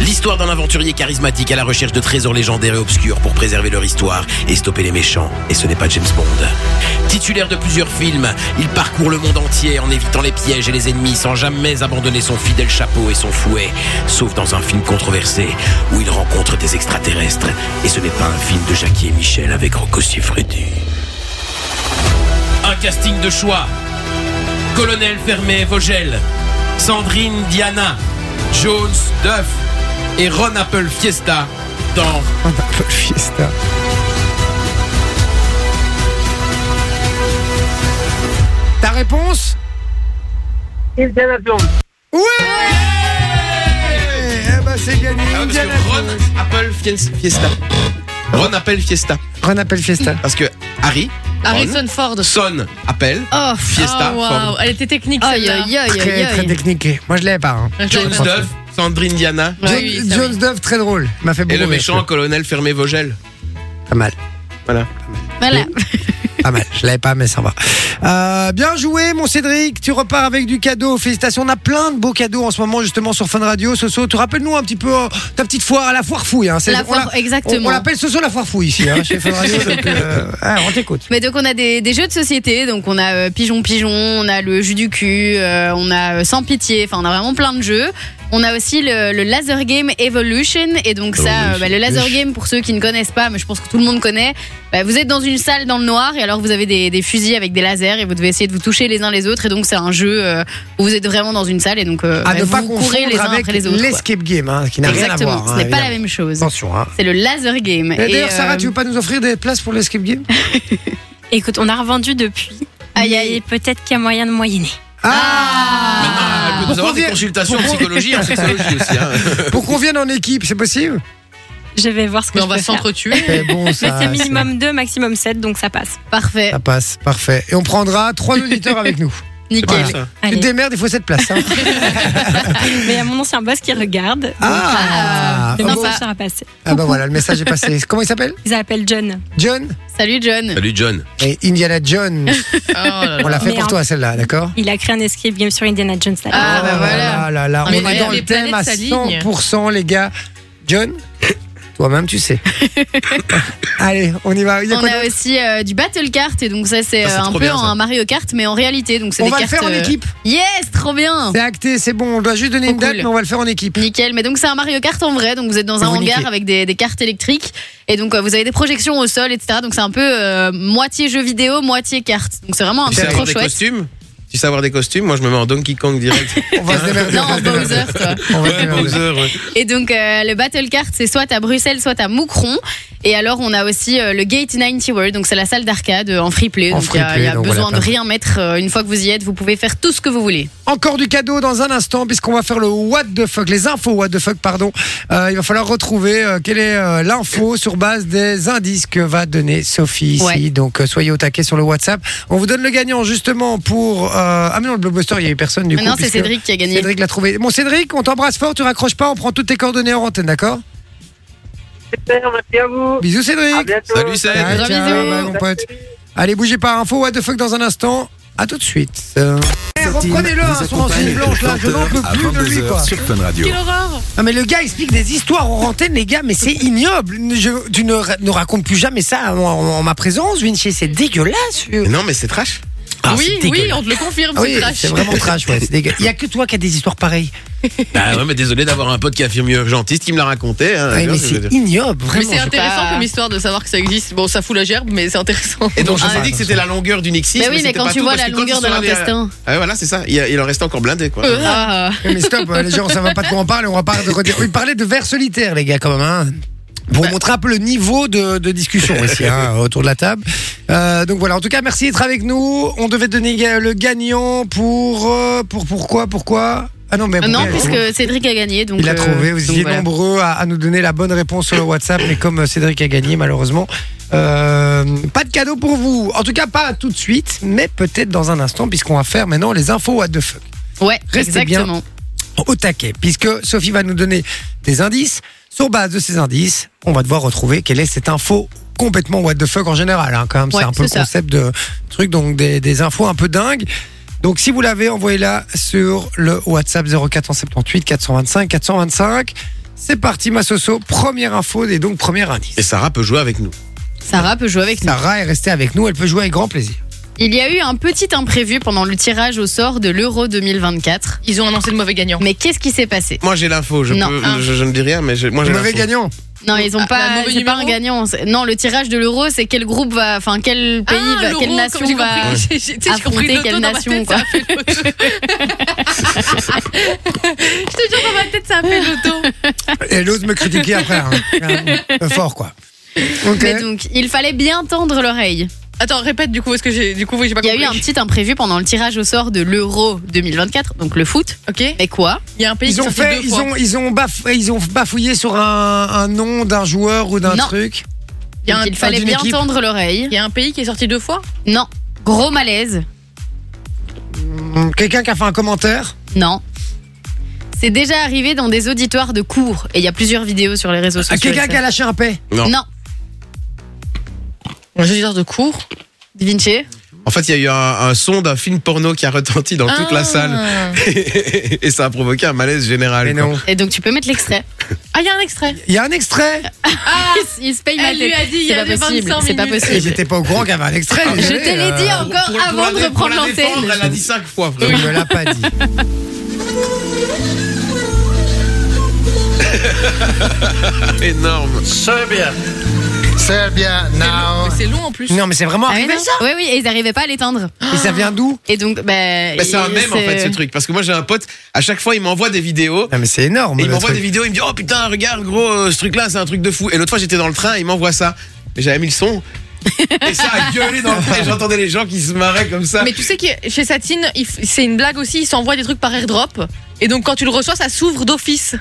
[SPEAKER 6] L'histoire d'un aventurier charismatique à la recherche de trésors légendaires et obscurs pour préserver leur histoire et stopper les méchants. Et ce n'est pas James Bond. Titulaire de plusieurs films, il parcourt le monde entier en évitant les pièges et les ennemis sans jamais abandonner son fidèle chapeau et son fouet, sauf dans un film controversé où il rencontre des extraterrestres. Et ce n'est pas un film de Jackie et Michel avec Rocco Siffredi. Un casting de choix. Colonel Fermé Vogel, Sandrine Diana, Jones Duff et Ron Apple Fiesta dans
[SPEAKER 3] Ah,
[SPEAKER 1] On a Paul Fiesta. Ta réponse
[SPEAKER 5] Indiana Jones.
[SPEAKER 1] Oui Eh ben c'est gagné.
[SPEAKER 3] Ah, parce
[SPEAKER 1] Indiana
[SPEAKER 3] que Ron
[SPEAKER 1] Jones.
[SPEAKER 3] Apple Fies- Fiesta. Ron Apple Fiesta.
[SPEAKER 1] Ron appelle Fiesta.
[SPEAKER 3] Parce que Harry,
[SPEAKER 4] Harrison Ford.
[SPEAKER 3] Son Appelle,
[SPEAKER 2] Oh,
[SPEAKER 3] Fiesta,
[SPEAKER 4] Ah, waouh. Elle était technique,
[SPEAKER 2] aïe, aïe,
[SPEAKER 4] celle-là.
[SPEAKER 2] aïe,
[SPEAKER 1] Très,
[SPEAKER 2] aïe,
[SPEAKER 1] très
[SPEAKER 2] aïe.
[SPEAKER 1] technique. Moi je l'avais pas. hein.
[SPEAKER 4] Je
[SPEAKER 3] Jones
[SPEAKER 4] l'avais pas.
[SPEAKER 3] Dove, Sandrine Diana.
[SPEAKER 2] Bah
[SPEAKER 4] Ouais,
[SPEAKER 1] Jones,
[SPEAKER 4] oui, ça, oui.
[SPEAKER 1] Jones Dove, très drôle. Il M'a fait beaucoup
[SPEAKER 3] Et le
[SPEAKER 1] rire,
[SPEAKER 3] méchant, colonel Fermé Vogel.
[SPEAKER 1] celui-là. Pas mal.
[SPEAKER 2] Voilà.
[SPEAKER 1] Pas mal, je l'avais pas, mais ça va. Euh, bien joué, mon Cédric. Tu repars avec du cadeau. Félicitations. On a plein de beaux cadeaux en ce moment, justement, sur Fun Radio. Soso, tu rappelles-nous un petit peu euh, ta petite foire à la foire fouille. Hein. C'est-
[SPEAKER 2] La
[SPEAKER 1] on
[SPEAKER 2] foire,
[SPEAKER 1] l'a- on-
[SPEAKER 2] exactement.
[SPEAKER 1] On l'appelle Soso la foire fouille ici, hein, chez Fun Radio. donc,
[SPEAKER 2] [LAUGHS]
[SPEAKER 1] euh, hein, on t'écoute.
[SPEAKER 2] Mais donc on a des, des jeux de société, donc on a euh, Pigeon Pigeon, on a le jus du cul, euh, on a euh, Sans Pitié, enfin on a vraiment plein de jeux. On a aussi le, le Laser Game Evolution, et donc ça, euh, bah, le Laser Game, pour ceux qui ne connaissent pas, mais je pense que tout le monde connaît, bah, vous êtes dans une salle dans le noir, et alors vous avez des, des fusils avec des lasers, et vous devez essayer de vous toucher les uns les autres, et donc c'est un jeu euh, où vous êtes vraiment dans une salle, et donc euh,
[SPEAKER 1] À
[SPEAKER 2] bah,
[SPEAKER 1] ne
[SPEAKER 2] vous
[SPEAKER 1] Ah, pas
[SPEAKER 2] courez les
[SPEAKER 1] confondre
[SPEAKER 2] uns
[SPEAKER 1] avec
[SPEAKER 2] après les autres. quoi.
[SPEAKER 1] l'escape game, hein, qui n'a rien à
[SPEAKER 2] Exactement,
[SPEAKER 1] voir.
[SPEAKER 2] ce
[SPEAKER 1] hein,
[SPEAKER 2] n'est pas la
[SPEAKER 1] évidemment.
[SPEAKER 2] même chose.
[SPEAKER 1] Attention. Hein.
[SPEAKER 2] C'est le laser game.
[SPEAKER 1] Et D'ailleurs,
[SPEAKER 2] euh,
[SPEAKER 1] Sarah, tu veux pas nous offrir des places pour l'escape game
[SPEAKER 7] Écoute, on a revendu depuis.
[SPEAKER 2] Aïe, aïe.
[SPEAKER 7] mais peut-être qu'il y a moyen de moyenner.
[SPEAKER 1] Ah,
[SPEAKER 2] Ah.
[SPEAKER 3] Ah. Maintenant, elle peut
[SPEAKER 1] Pour
[SPEAKER 3] nous avoir des
[SPEAKER 1] convier-
[SPEAKER 3] consultations en [LAUGHS] psychologie, en sexologie aussi. hein.
[SPEAKER 1] Pour qu'on vienne en équipe, c'est
[SPEAKER 2] [LAUGHS]
[SPEAKER 1] possible
[SPEAKER 7] Je vais voir ce que
[SPEAKER 4] Mais
[SPEAKER 7] je
[SPEAKER 4] on va
[SPEAKER 7] peux faire.
[SPEAKER 1] [LAUGHS]
[SPEAKER 4] s'entretuer.
[SPEAKER 1] Ah, C'est bon,
[SPEAKER 7] Mais
[SPEAKER 1] ça.
[SPEAKER 7] c'est minimum 2, maximum 7, donc ça passe.
[SPEAKER 2] Parfait,
[SPEAKER 1] Ça passe, parfait. Et on prendra
[SPEAKER 2] [LAUGHS]
[SPEAKER 1] trois auditeurs avec nous.
[SPEAKER 3] C'est
[SPEAKER 2] nickel.
[SPEAKER 3] pas ça.
[SPEAKER 1] Tu
[SPEAKER 7] Allez.
[SPEAKER 1] te démerdes, il faut cette place.
[SPEAKER 2] [LAUGHS]
[SPEAKER 1] hein.
[SPEAKER 7] Mais il y a mon ancien boss qui regarde.
[SPEAKER 1] Ah, Ah
[SPEAKER 7] Le
[SPEAKER 2] non,
[SPEAKER 1] bon.
[SPEAKER 7] message
[SPEAKER 2] ça-
[SPEAKER 7] sera passé.
[SPEAKER 1] Ah bah voilà, le message est passé. Comment il s'appelle
[SPEAKER 7] Ils appellent John.
[SPEAKER 1] John
[SPEAKER 2] Salut John.
[SPEAKER 3] Salut John.
[SPEAKER 2] Ah,
[SPEAKER 1] Et Indiana John.
[SPEAKER 4] Oh là
[SPEAKER 1] On
[SPEAKER 4] là.
[SPEAKER 1] l'a fait
[SPEAKER 7] Mais
[SPEAKER 1] pour
[SPEAKER 7] en-
[SPEAKER 1] toi celle-là, d'accord
[SPEAKER 7] Il a créé un escape game sur Indiana Jones. là.
[SPEAKER 2] Ah, bah
[SPEAKER 1] Oh
[SPEAKER 2] voilà.
[SPEAKER 1] là là là,
[SPEAKER 4] Mais
[SPEAKER 1] On est
[SPEAKER 4] les-
[SPEAKER 1] dans
[SPEAKER 4] les
[SPEAKER 1] le thème à
[SPEAKER 4] planètes s'alignent.
[SPEAKER 1] 100% les gars. John [COUGHS] Toi-même tu
[SPEAKER 2] [LAUGHS]
[SPEAKER 1] sais. Allez, on y va. Il y a
[SPEAKER 2] On
[SPEAKER 1] quoi
[SPEAKER 2] a
[SPEAKER 1] d'autre
[SPEAKER 2] aussi euh, du battle kart et donc ça c'est
[SPEAKER 3] Ça, c'est
[SPEAKER 2] euh, un
[SPEAKER 3] trop
[SPEAKER 2] peu
[SPEAKER 3] bien, ça.
[SPEAKER 2] un Mario Kart mais en réalité donc c'est
[SPEAKER 1] on
[SPEAKER 2] des
[SPEAKER 1] va le
[SPEAKER 2] cartes,
[SPEAKER 1] faire en
[SPEAKER 2] euh,
[SPEAKER 1] équipe.
[SPEAKER 2] Yes, trop bien.
[SPEAKER 1] C'est acté, c'est bon. On doit juste donner
[SPEAKER 2] Trop
[SPEAKER 1] une date,
[SPEAKER 2] cool.
[SPEAKER 1] mais on va le faire en
[SPEAKER 2] [LAUGHS]
[SPEAKER 1] équipe.
[SPEAKER 2] Nickel, mais donc c'est un Mario Kart en vrai, donc vous êtes dans un
[SPEAKER 1] Vous
[SPEAKER 2] hangar
[SPEAKER 1] niquez.
[SPEAKER 2] avec des, des cartes électriques et donc euh, vous avez des projections au sol, etc. Donc c'est un peu euh, moitié jeu vidéo, moitié carte. Donc c'est vraiment un
[SPEAKER 3] Tu sais
[SPEAKER 2] truc trop
[SPEAKER 3] avoir des
[SPEAKER 2] chouette.
[SPEAKER 3] costumes Tu sais avoir des costumes Moi, je me mets en Donkey Kong direct.
[SPEAKER 1] On va se démerder.
[SPEAKER 2] Non,
[SPEAKER 1] on va
[SPEAKER 2] en
[SPEAKER 1] se démerder.
[SPEAKER 2] Bowser, toi.
[SPEAKER 1] On va se
[SPEAKER 3] Ouais,
[SPEAKER 1] démerder.
[SPEAKER 3] Bowser, ouais.
[SPEAKER 2] Et donc, euh, le Battle Kart, c'est soit à Bruxelles, soit à Moucron. Et alors, on a aussi euh, le Gate 90 World, donc c'est la salle d'arcade euh, en free play.
[SPEAKER 1] En
[SPEAKER 2] donc, il y a,
[SPEAKER 1] free play,
[SPEAKER 2] il y a
[SPEAKER 1] donc
[SPEAKER 2] besoin
[SPEAKER 1] voilà,
[SPEAKER 2] de rien mettre. euh, Une fois que vous y êtes, vous pouvez faire tout ce que vous voulez.
[SPEAKER 1] Encore du cadeau dans un instant, puisqu'on va faire le what the fuck, les infos what the fuck, pardon. Euh, il va falloir retrouver euh, quelle est euh, l'info sur base des indices que va donner Sophie ici.
[SPEAKER 2] Ouais.
[SPEAKER 1] Donc euh, soyez au taquet sur le WhatsApp. On vous donne le gagnant justement pour. euh, Ah mais non, le blockbuster, il y a eu personne du coup.
[SPEAKER 2] Maintenant, c'est
[SPEAKER 1] puisque
[SPEAKER 2] Cédric qui a gagné.
[SPEAKER 1] Cédric l'a trouvé. Bon Cédric, on t'embrasse fort, tu raccroches pas, on prend toutes tes coordonnées en antenne, d'accord
[SPEAKER 5] Super, merci à vous.
[SPEAKER 1] Bisous Cédric.
[SPEAKER 5] À bientôt.
[SPEAKER 3] Salut, Seb.
[SPEAKER 1] Ciao,
[SPEAKER 2] Ah, Gros
[SPEAKER 1] ciao,
[SPEAKER 2] bisous.
[SPEAKER 1] bye, mon pote. Allez, bougez pas, info what the fuck dans un instant. À tout de suite. Euh, eh, Reprenez-le, hein, son enseigne blanche là, je n'en peux plus de lui quoi.
[SPEAKER 8] sur Fun Radio.
[SPEAKER 4] Quelle horreur
[SPEAKER 1] Non mais le gars explique des histoires en antenne les gars
[SPEAKER 4] [LAUGHS]
[SPEAKER 1] mais c'est ignoble. Je- tu ne, ra- ne racontes plus jamais ça en, en ma présence Vinci c'est dégueulasse.
[SPEAKER 3] Mais Non, mais c'est trash.
[SPEAKER 6] Ah,
[SPEAKER 4] Oui,
[SPEAKER 6] c'est
[SPEAKER 4] oui,
[SPEAKER 6] dégueulasse.
[SPEAKER 4] on te le confirme,
[SPEAKER 1] Ah oui
[SPEAKER 4] c'est trash.
[SPEAKER 1] c'est vraiment trash ouais c'est dégueulasse. Il y a que toi qui as des histoires pareilles.
[SPEAKER 3] Ah,
[SPEAKER 6] Bah ouais, mais désolé d'avoir un pote qui affirme urgentiste qui me l'a raconté.
[SPEAKER 4] Ah,
[SPEAKER 6] hein.
[SPEAKER 1] Ouais,
[SPEAKER 6] Bien,
[SPEAKER 1] mais
[SPEAKER 6] je veux
[SPEAKER 1] c'est
[SPEAKER 6] dire.
[SPEAKER 1] ignoble
[SPEAKER 4] Mais
[SPEAKER 1] vraiment.
[SPEAKER 4] c'est intéressant
[SPEAKER 2] pas-
[SPEAKER 4] comme histoire de savoir que ça existe. Bon, ça fout la gerbe, mais c'est intéressant.
[SPEAKER 3] Et donc, je
[SPEAKER 1] Ah,
[SPEAKER 3] vous ai dit que c'était la longueur du Nexus.
[SPEAKER 2] Mais Bah oui, mais
[SPEAKER 3] c'était
[SPEAKER 2] quand
[SPEAKER 3] pas
[SPEAKER 2] tu
[SPEAKER 3] tout,
[SPEAKER 2] vois
[SPEAKER 3] parce
[SPEAKER 2] la
[SPEAKER 3] que quand
[SPEAKER 2] longueur
[SPEAKER 3] ils
[SPEAKER 2] de
[SPEAKER 3] sont allés à- Euh,
[SPEAKER 2] l'intestin.
[SPEAKER 3] Ah, voilà, c'est ça. Il, y a- il en reste encore blindé, quoi.
[SPEAKER 2] Ah.
[SPEAKER 1] Mais stop euh, les gens ça va pas trop en parler on va pas de redire- Oui, parler de vers solitaire les gars quand même. Hein. Pour montrer un peu le niveau de, de discussion ici hein, autour de la table. Euh, donc voilà en tout cas merci d'être avec nous. On devait donner ga- le gagnant pour euh, pour pourquoi pourquoi. Ah non, mais
[SPEAKER 2] Euh, Non,
[SPEAKER 1] pourquoi-
[SPEAKER 2] puisque Cédric a gagné. Donc,
[SPEAKER 1] Il a
[SPEAKER 2] euh,
[SPEAKER 1] trouvé. Vous
[SPEAKER 2] donc
[SPEAKER 1] étiez
[SPEAKER 2] voilà.
[SPEAKER 1] nombreux à, à nous donner la bonne réponse sur le WhatsApp, mais comme euh, Cédric a gagné, malheureusement, euh, pas de cadeau pour vous. En tout cas, pas tout de suite, mais peut-être dans un instant, puisqu'on va faire maintenant les infos what the fuck
[SPEAKER 2] Ouais,
[SPEAKER 1] Restez bien.
[SPEAKER 2] exactement.
[SPEAKER 1] au taquet, puisque Sophie va nous donner des indices. Sur base de ces indices, on va devoir retrouver quelle est cette info complètement what the fuck en général. hein, quand même, c'est
[SPEAKER 2] Ouais,
[SPEAKER 1] un peu le
[SPEAKER 2] c'est ça.
[SPEAKER 1] concept de truc, donc des, des infos un peu dingues. Donc si vous l'avez, envoyez-la sur le WhatsApp 0478 425 425. C'est parti, ma soso. Première info et donc premier indice.
[SPEAKER 6] Et Sarah peut jouer avec nous.
[SPEAKER 2] Sarah peut jouer avec nous.
[SPEAKER 1] Sarah est restée avec nous, elle peut jouer avec grand plaisir.
[SPEAKER 2] Il y a eu un petit imprévu pendant le tirage au sort de l'Euro 2024.
[SPEAKER 4] Ils ont annoncé le mauvais gagnant.
[SPEAKER 2] Mais qu'est-ce qui s'est passé
[SPEAKER 3] Moi, j'ai l'info. Je,
[SPEAKER 2] Non,
[SPEAKER 3] peux-
[SPEAKER 2] hein.
[SPEAKER 3] je, je ne dis rien, mais je- moi, j'ai
[SPEAKER 1] Mauvais
[SPEAKER 3] l'info.
[SPEAKER 1] gagnant.
[SPEAKER 2] Non, ils ont
[SPEAKER 4] Ah, la
[SPEAKER 2] pas,
[SPEAKER 4] mauvaise
[SPEAKER 2] c'est pas un
[SPEAKER 4] numéro
[SPEAKER 2] gagnant. C'est- Non, le tirage de l'euro, c'est quel groupe va, enfin quel pays,
[SPEAKER 4] Ah,
[SPEAKER 2] va,
[SPEAKER 4] l'euro,
[SPEAKER 2] quelle
[SPEAKER 4] comme j'ai
[SPEAKER 2] nation va.
[SPEAKER 4] compris. J'ai- j'ai- tu sais, j'ai
[SPEAKER 2] affronter
[SPEAKER 4] compris l'auto
[SPEAKER 2] quelle
[SPEAKER 4] dans ma
[SPEAKER 2] nation,
[SPEAKER 4] tête,
[SPEAKER 2] quoi.
[SPEAKER 4] ça a fait l'auto. Je te jure, dans ma tête, ça a fait l'auto.
[SPEAKER 1] Et elle ose me critiquer après.
[SPEAKER 2] [LAUGHS]
[SPEAKER 1] hein. Euh, Fort, quoi. Ok.
[SPEAKER 2] Mais [LAUGHS] donc, il fallait bien tendre l'oreille.
[SPEAKER 4] Attends, répète du coup, parce que j'ai du coup, oui, j'ai pas
[SPEAKER 2] Il y a
[SPEAKER 4] compris.
[SPEAKER 2] eu un petit imprévu pendant le tirage au sort de l'euro 2024, donc le foot.
[SPEAKER 4] Ok. Il
[SPEAKER 2] Mais quoi
[SPEAKER 4] y a un pays
[SPEAKER 1] Ils
[SPEAKER 4] qui
[SPEAKER 1] ont
[SPEAKER 4] sortait
[SPEAKER 1] fait,
[SPEAKER 4] deux
[SPEAKER 1] ils
[SPEAKER 4] fois.
[SPEAKER 1] ont, ils ont bafou- ils ont bafouillé sur un, un nom d'un joueur ou d'un
[SPEAKER 2] Non.
[SPEAKER 1] truc.
[SPEAKER 4] Il y a un-
[SPEAKER 2] Donc, Il fallait
[SPEAKER 1] d'une
[SPEAKER 2] bien
[SPEAKER 1] équipe.
[SPEAKER 2] tendre l'oreille.
[SPEAKER 4] Il y a un pays qui est sorti deux fois.
[SPEAKER 2] Non. Gros malaise.
[SPEAKER 1] Hmm, Quelqu'un qui a fait un commentaire.
[SPEAKER 2] Non. C'est déjà arrivé dans des auditoires de cours et il y a plusieurs vidéos sur les réseaux
[SPEAKER 1] Ah,
[SPEAKER 2] sociaux.
[SPEAKER 1] Quelqu'un qui a lâché un paix.
[SPEAKER 6] Non.
[SPEAKER 2] Non.
[SPEAKER 4] Un auditeur de cours.
[SPEAKER 2] Vinci
[SPEAKER 3] En fait, il y a eu un, un son d'un film porno qui a retenti dans toute
[SPEAKER 2] Ah.
[SPEAKER 3] la salle. [LAUGHS]
[SPEAKER 4] Ah.
[SPEAKER 3] Et ça a provoqué un malaise général.
[SPEAKER 1] Mais
[SPEAKER 3] quoi.
[SPEAKER 1] non.
[SPEAKER 2] Et donc tu peux mettre l'extrait.
[SPEAKER 4] Ah, il y a un extrait.
[SPEAKER 1] Il y a un extrait.
[SPEAKER 2] Il se paye ma
[SPEAKER 4] Elle lui
[SPEAKER 2] tête.
[SPEAKER 4] a dit, il y
[SPEAKER 2] C'est pas
[SPEAKER 4] avait
[SPEAKER 2] possible.
[SPEAKER 4] 25
[SPEAKER 2] C'est pas
[SPEAKER 4] minutes.
[SPEAKER 1] Et
[SPEAKER 2] possible.
[SPEAKER 1] J'étais pas au courant qu'il y avait un extrait.
[SPEAKER 2] Je
[SPEAKER 1] désolé,
[SPEAKER 2] te l'ai
[SPEAKER 1] euh, [LAUGHS]
[SPEAKER 2] dit encore
[SPEAKER 3] Pour- pour
[SPEAKER 2] avant
[SPEAKER 3] la
[SPEAKER 2] de
[SPEAKER 3] dé- pour
[SPEAKER 2] reprendre
[SPEAKER 3] la défendre,
[SPEAKER 2] l'antenne.
[SPEAKER 3] Elle l'a dit cinq fois,
[SPEAKER 1] Je
[SPEAKER 3] frère.
[SPEAKER 1] ne l'a pas dit.
[SPEAKER 3] [LAUGHS] Énorme.
[SPEAKER 4] Mais C'est long en plus.
[SPEAKER 1] Non, mais c'est vraiment
[SPEAKER 2] Ah oui,
[SPEAKER 1] arrivé
[SPEAKER 2] non.
[SPEAKER 1] ça.
[SPEAKER 2] oui, oui, et ils n'arrivaient pas à l'éteindre.
[SPEAKER 1] Et ça vient d'où
[SPEAKER 2] Et donc, bah,
[SPEAKER 3] Bah, c'est un
[SPEAKER 2] il-
[SPEAKER 3] mème en fait ce truc. Parce que moi j'ai un pote, à chaque fois il m'envoie des vidéos.
[SPEAKER 1] Non, mais c'est énorme.
[SPEAKER 3] Et il
[SPEAKER 1] le
[SPEAKER 3] m'envoie
[SPEAKER 1] truc.
[SPEAKER 3] des vidéos, il me dit Oh putain, regarde gros, euh, ce truc là c'est un truc de fou. Et l'autre fois j'étais dans le train, il m'envoie ça. Mais j'avais mis le son. Et ça a gueulé dans le train. Et J'entendais les gens qui se marraient comme ça.
[SPEAKER 4] Mais tu sais que chez Satine, il f- c'est une blague aussi, il s'envoie des trucs par airdrop. Et donc quand tu le reçois, ça s'ouvre d'office.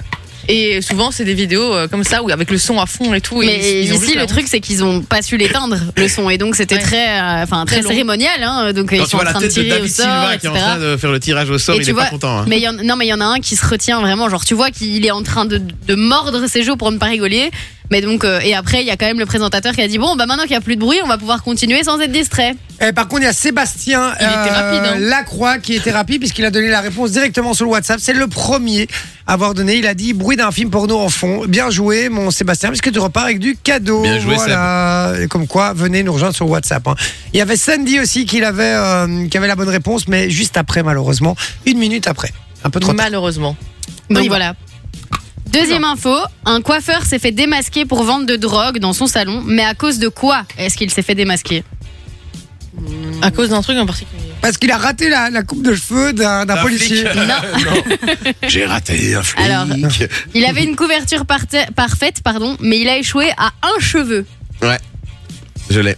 [SPEAKER 4] Et souvent, c'est des vidéos euh, comme ça, où avec le son à fond et tout. et
[SPEAKER 2] Mais
[SPEAKER 4] ils- ils ont
[SPEAKER 2] ici,
[SPEAKER 4] juste
[SPEAKER 2] le
[SPEAKER 4] la
[SPEAKER 2] truc, c'est qu'ils ont pas su l'éteindre, le son. Et donc, c'était
[SPEAKER 4] Ouais.
[SPEAKER 2] très, euh, enfin, très,
[SPEAKER 4] Très long.
[SPEAKER 2] cérémonial. hein. donc,
[SPEAKER 3] Quand
[SPEAKER 2] ils
[SPEAKER 3] tu
[SPEAKER 2] sont
[SPEAKER 3] vois
[SPEAKER 2] en
[SPEAKER 3] la
[SPEAKER 2] train de
[SPEAKER 3] tête de
[SPEAKER 2] tirer au
[SPEAKER 3] David
[SPEAKER 2] sort,
[SPEAKER 3] Silva qui
[SPEAKER 2] etc.
[SPEAKER 3] est en train de faire le tirage au sort,
[SPEAKER 2] Et
[SPEAKER 3] il
[SPEAKER 2] tu
[SPEAKER 3] est
[SPEAKER 2] vois,
[SPEAKER 3] pas content. hein.
[SPEAKER 2] Mais il y en, non, mais il y en a un qui se retient vraiment. Genre, tu vois qu'il est en train de, de mordre ses joues pour ne pas rigoler. Mais donc, euh, et après, il y a quand même le présentateur qui a dit Bon, bah maintenant qu'il n'y a plus de bruit, on va pouvoir continuer sans être distrait.
[SPEAKER 1] Eh, par contre, il y a Sébastien euh,
[SPEAKER 4] Il était rapide, hein.
[SPEAKER 1] Lacroix qui était rapide puisqu'il a donné la réponse directement sur le WhatsApp. C'est le premier à avoir donné. Il a dit bruit d'un film porno en fond. Bien joué, mon Sébastien, puisque tu repars avec du cadeau.
[SPEAKER 6] Bien joué,
[SPEAKER 1] voilà. Et Comme quoi, venez nous rejoindre sur WhatsApp. hein. Il y avait Sandy aussi qui, l'avait, euh, qui avait la bonne réponse, mais juste après, malheureusement. Une minute après. Un peu trop tard.
[SPEAKER 4] Malheureusement.
[SPEAKER 2] Donc
[SPEAKER 1] y va.
[SPEAKER 2] voilà. Deuxième info, un coiffeur s'est fait démasquer pour vente de drogue dans son salon, mais à cause de quoi est-ce qu'il s'est fait démasquer
[SPEAKER 4] À cause d'un truc en particulier.
[SPEAKER 1] Parce qu'il a raté la, la coupe de cheveux d'un d'un
[SPEAKER 3] D'un [LAUGHS]
[SPEAKER 1] policier. [LAUGHS]
[SPEAKER 3] flic.
[SPEAKER 6] J'ai raté un flic.
[SPEAKER 2] Alors- Il avait une couverture parte- parfaite, pardon, mais il a échoué à un cheveu.
[SPEAKER 4] Ah,
[SPEAKER 3] Je l'ai.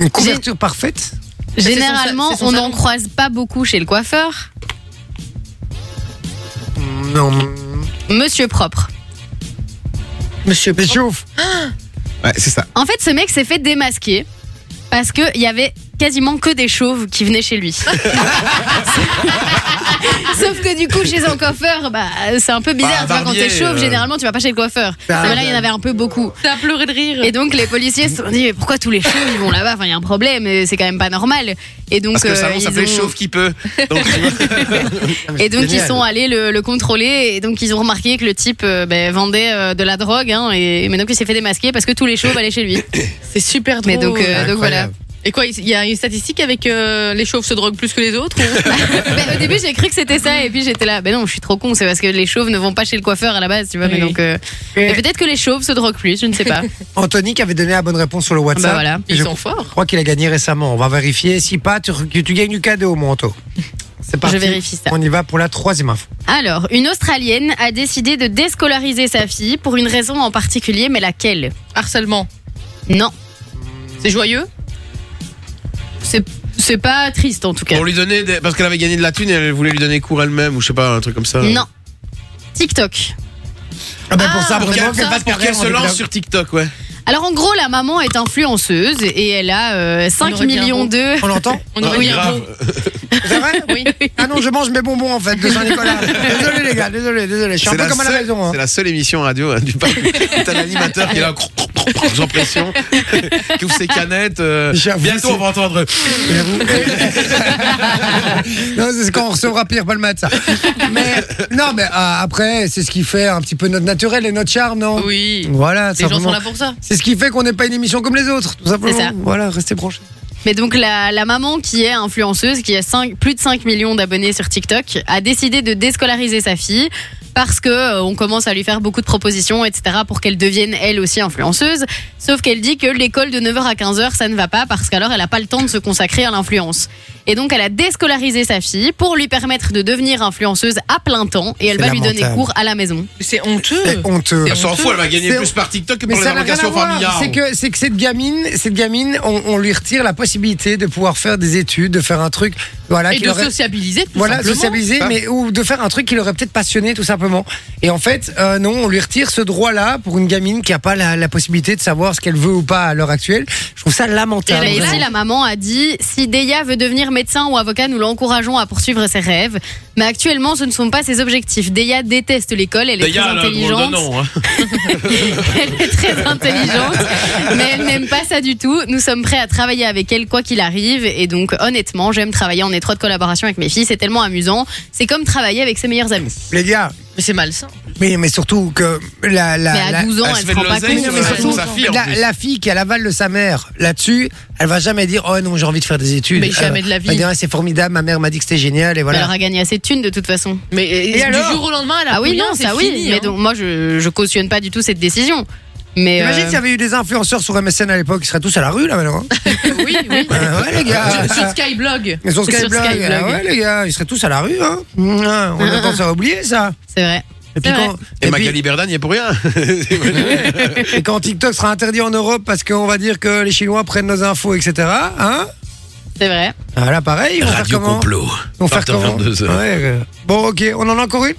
[SPEAKER 1] Une couverture parfaite.
[SPEAKER 4] c'est son sa-
[SPEAKER 2] Généralement,
[SPEAKER 4] c'est son
[SPEAKER 2] on
[SPEAKER 4] salon.
[SPEAKER 2] n'en croise pas beaucoup chez le coiffeur.
[SPEAKER 1] Non.
[SPEAKER 2] Monsieur propre.
[SPEAKER 4] Monsieur
[SPEAKER 1] Mais [LAUGHS] chauffe.
[SPEAKER 3] Ouais, c'est ça.
[SPEAKER 2] En fait, ce mec s'est fait démasquer parce que il y avait quasiment que des chauves qui venaient chez
[SPEAKER 4] [LAUGHS]
[SPEAKER 2] lui. Sauf que du coup, chez un coiffeur, bah, c'est un peu bizarre.
[SPEAKER 3] Bah,
[SPEAKER 2] tu vois, quand t'es
[SPEAKER 3] barbier,
[SPEAKER 2] chauve,
[SPEAKER 3] euh.
[SPEAKER 2] généralement, tu vas pas chez le coiffeur.
[SPEAKER 1] Bah,
[SPEAKER 2] Mais là, il y en avait un peu beaucoup.
[SPEAKER 4] T'as pleuré de rire.
[SPEAKER 2] Et donc, les policiers se sont dit, mais pourquoi tous les chauves, ils vont là-bas Enfin, il y a un problème, euh, c'est quand même pas normal. Et donc,
[SPEAKER 3] Parce que le
[SPEAKER 2] euh,
[SPEAKER 3] salon
[SPEAKER 2] ils
[SPEAKER 3] s'appelait
[SPEAKER 2] ont-
[SPEAKER 3] Chauve qui peut. Donc, tu vois.
[SPEAKER 2] Et donc ils
[SPEAKER 1] Génial.
[SPEAKER 2] sont allés le, le contrôler et donc ils ont remarqué que le type euh, ben, vendait euh, de la drogue hein, et mais donc il s'est fait démasquer parce que tous les chauves allaient chez lui.
[SPEAKER 4] C'est super drôle.
[SPEAKER 2] Mais donc, euh, donc voilà.
[SPEAKER 1] Incroyable.
[SPEAKER 4] Et quoi, il y a une statistique avec euh, les chauves se droguent plus que les autres [LAUGHS] ou-
[SPEAKER 2] Ben, au début j'ai cru que c'était ça et puis j'étais là ben non je suis trop con c'est parce que les chauves ne vont pas chez le coiffeur à la base tu vois mais
[SPEAKER 4] Oui.
[SPEAKER 2] donc euh, mais peut-être que les chauves se droguent plus je ne sais pas.
[SPEAKER 1] Anthony qui avait donné la bonne réponse sur le WhatsApp.
[SPEAKER 2] Bah voilà.
[SPEAKER 1] Et
[SPEAKER 4] Ils
[SPEAKER 1] je
[SPEAKER 4] sont forts.
[SPEAKER 1] Je crois qu'il a gagné récemment. On va vérifier. Si pas, tu, tu, tu gagnes du cadeau, mon manteau. C'est parti.
[SPEAKER 2] Je vérifie ça.
[SPEAKER 1] On y va pour la troisième info.
[SPEAKER 2] Alors une australienne a décidé de déscolariser sa fille pour une raison en particulier mais laquelle
[SPEAKER 4] Harcèlement.
[SPEAKER 2] Non
[SPEAKER 4] C'est joyeux
[SPEAKER 2] c'est c'est pas triste en tout cas. [LAUGHS]
[SPEAKER 3] Pour lui donner des- Parce qu'elle avait gagné de la thune et elle voulait lui donner cours elle-même ou je sais pas, un truc comme ça.
[SPEAKER 2] Non TikTok.
[SPEAKER 1] Ah, ben pour ça,
[SPEAKER 3] Pour
[SPEAKER 1] vraiment,
[SPEAKER 2] bah,
[SPEAKER 3] qu'elle
[SPEAKER 1] qu'elle fasse
[SPEAKER 3] pour qu'elle
[SPEAKER 1] carrière en
[SPEAKER 3] se
[SPEAKER 1] découverte.
[SPEAKER 3] lance sur TikTok, ouais.
[SPEAKER 2] Alors en gros, la maman est influenceuse et elle a euh, 5
[SPEAKER 4] aurait bien
[SPEAKER 2] millions
[SPEAKER 4] bon.
[SPEAKER 2] d'eux.
[SPEAKER 1] On l'entend
[SPEAKER 4] On aurait
[SPEAKER 3] Ah,
[SPEAKER 4] mis un
[SPEAKER 3] grave.
[SPEAKER 4] mot.
[SPEAKER 1] C'est vrai
[SPEAKER 4] Oui.
[SPEAKER 1] Ah non, je mange mes bonbons en fait de Saint-Nicolas. désolé les gars, désolé, désolé. Je suis un
[SPEAKER 3] C'est
[SPEAKER 1] peu
[SPEAKER 3] la
[SPEAKER 1] comme à la
[SPEAKER 3] seule-
[SPEAKER 1] maison. hein.
[SPEAKER 3] C'est la seule émission radio hein, du parc.
[SPEAKER 1] [LAUGHS]
[SPEAKER 3] T'as l'animateur qui est là, j'ai l'impression, qui ouvre ses canettes. euh,
[SPEAKER 1] J'avoue,
[SPEAKER 3] bientôt,
[SPEAKER 1] c'est-
[SPEAKER 3] on va entendre. euh,
[SPEAKER 1] J'avoue. non, c'est quand on recevra Pierre Palmade, ça. Mais non, mais euh, après, c'est ce qui fait un petit peu notre naturel et notre charme, non
[SPEAKER 4] Oui.
[SPEAKER 1] Voilà,
[SPEAKER 4] Les gens
[SPEAKER 1] simplement.
[SPEAKER 4] sont là pour ça.
[SPEAKER 1] C'est ce qui fait qu'on n'est pas une émission comme les autres, tout simplement.
[SPEAKER 2] C'est ça.
[SPEAKER 1] Voilà, restez branchés.
[SPEAKER 2] Mais donc la, la maman qui est influenceuse, qui a cinq- plus de 5 millions d'abonnés sur TikTok, a décidé de déscolariser sa fille parce que euh, on commence à lui faire beaucoup de propositions, etc., pour qu'elle devienne elle aussi influenceuse. Sauf qu'elle dit que l'école de 9h à 15h, ça ne va pas parce qu'alors elle n'a pas le temps de se consacrer à l'influence. Et donc elle a déscolarisé sa fille pour lui permettre de devenir influenceuse à plein temps et elle
[SPEAKER 1] C'est
[SPEAKER 2] va lui donner
[SPEAKER 1] lamentable.
[SPEAKER 2] cours à la maison.
[SPEAKER 4] C'est
[SPEAKER 1] C'est
[SPEAKER 4] honteux.
[SPEAKER 1] honteux.
[SPEAKER 3] Elle s'en fout, elle va gagner
[SPEAKER 1] C'est-
[SPEAKER 3] plus par TikTok que
[SPEAKER 1] Mais
[SPEAKER 3] pour les
[SPEAKER 1] ça n'a rien à
[SPEAKER 3] allocations
[SPEAKER 1] voir.
[SPEAKER 3] familiales.
[SPEAKER 1] C'est que, c'est que cette gamine, cette gamine on, on lui retire la possibilité de pouvoir faire des études, de faire un truc. Voilà,
[SPEAKER 4] Et
[SPEAKER 1] qui
[SPEAKER 4] de
[SPEAKER 1] l'aurait-
[SPEAKER 4] sociabiliser tout
[SPEAKER 1] Voilà,
[SPEAKER 4] simplement.
[SPEAKER 1] socialiser, mais ou de faire un truc qui l'aurait peut-être passionné, tout simplement. Et en fait, euh, non, on lui retire ce droit-là pour une gamine qui n'a pas la, la possibilité de savoir ce qu'elle veut ou pas à l'heure actuelle. Je trouve ça
[SPEAKER 2] Et
[SPEAKER 1] lamentable.
[SPEAKER 2] là
[SPEAKER 1] vraiment.
[SPEAKER 2] aussi, la maman a dit si Deya veut devenir médecin ou avocat, nous l'encourageons à poursuivre ses rêves. Mais actuellement, ce ne sont pas ses objectifs. Deya déteste l'école, elle est
[SPEAKER 3] D'ailleurs,
[SPEAKER 2] très
[SPEAKER 3] elle a un drôle de
[SPEAKER 2] intelligente.
[SPEAKER 3] nom, hein.
[SPEAKER 2] [LAUGHS] elle est très intelligente, mais elle n'aime pas ça du tout. Nous sommes prêts à travailler avec elle quoi qu'il arrive. Et donc, honnêtement, j'aime travailler en étroite collaboration avec mes filles. C'est tellement amusant. C'est comme travailler avec ses meilleurs amis.
[SPEAKER 1] Les gars,
[SPEAKER 4] Mais c'est malsain.
[SPEAKER 1] mais, mais surtout que la, la,
[SPEAKER 2] mais à
[SPEAKER 1] la-
[SPEAKER 2] 12 ans,
[SPEAKER 3] elle se
[SPEAKER 2] elle
[SPEAKER 3] fait
[SPEAKER 2] ne
[SPEAKER 3] de
[SPEAKER 2] rend pas
[SPEAKER 3] l'oseille
[SPEAKER 2] compte.
[SPEAKER 3] sur
[SPEAKER 1] mais
[SPEAKER 3] la-
[SPEAKER 1] surtout,
[SPEAKER 3] sa fille, en
[SPEAKER 1] la,
[SPEAKER 3] plus.
[SPEAKER 1] la fille qui a l'aval de sa mère là-dessus, elle va jamais dire Oh non, j'ai envie de faire des études.
[SPEAKER 4] Mais jamais de la
[SPEAKER 1] Elle va
[SPEAKER 4] vie.
[SPEAKER 1] dire, Ah, C'est formidable, ma mère m'a dit que c'était génial, et
[SPEAKER 2] Elle
[SPEAKER 1] voilà.
[SPEAKER 2] aura gagné assez de thunes de toute façon.
[SPEAKER 4] Mais et- du
[SPEAKER 1] alors
[SPEAKER 4] jour au lendemain, elle a
[SPEAKER 2] Ah oui,
[SPEAKER 4] plus
[SPEAKER 2] non,
[SPEAKER 4] rien,
[SPEAKER 2] ça
[SPEAKER 4] c'est
[SPEAKER 2] oui.
[SPEAKER 4] fini,
[SPEAKER 2] mais
[SPEAKER 4] hein.
[SPEAKER 2] donc, moi, je, je cautionne pas du tout cette décision. Mais
[SPEAKER 1] Imagine
[SPEAKER 2] euh,
[SPEAKER 1] s'il y avait eu des influenceurs sur MSN à l'époque, ils seraient tous à la rue là maintenant. hein.
[SPEAKER 4] oui, [LAUGHS] oui.
[SPEAKER 1] Euh, ouais, les gars.
[SPEAKER 4] Sur- Sur Skyblog.
[SPEAKER 1] Mais sur
[SPEAKER 2] Sur
[SPEAKER 1] Skyblog,
[SPEAKER 2] Skyblog.
[SPEAKER 1] ah ouais, les gars, ils seraient tous à la rue, hein. Mmh, hein, On a tendance à oublier ça.
[SPEAKER 2] c'est vrai.
[SPEAKER 1] Et puis,
[SPEAKER 2] C'est
[SPEAKER 1] quand,
[SPEAKER 3] Et
[SPEAKER 1] et puis-
[SPEAKER 3] Magali Berdan, il est pour rien.
[SPEAKER 1] et quand TikTok sera interdit en Europe parce qu'on va dire que les Chinois prennent nos infos, etc. Hein
[SPEAKER 2] C'est vrai.
[SPEAKER 1] ah, Là, pareil, on va faire
[SPEAKER 6] Radio
[SPEAKER 1] comment
[SPEAKER 6] complot.
[SPEAKER 1] On va faire
[SPEAKER 6] 20h,
[SPEAKER 1] comment
[SPEAKER 6] 22h.
[SPEAKER 1] Ouais, euh, Bon, ok, on en a encore une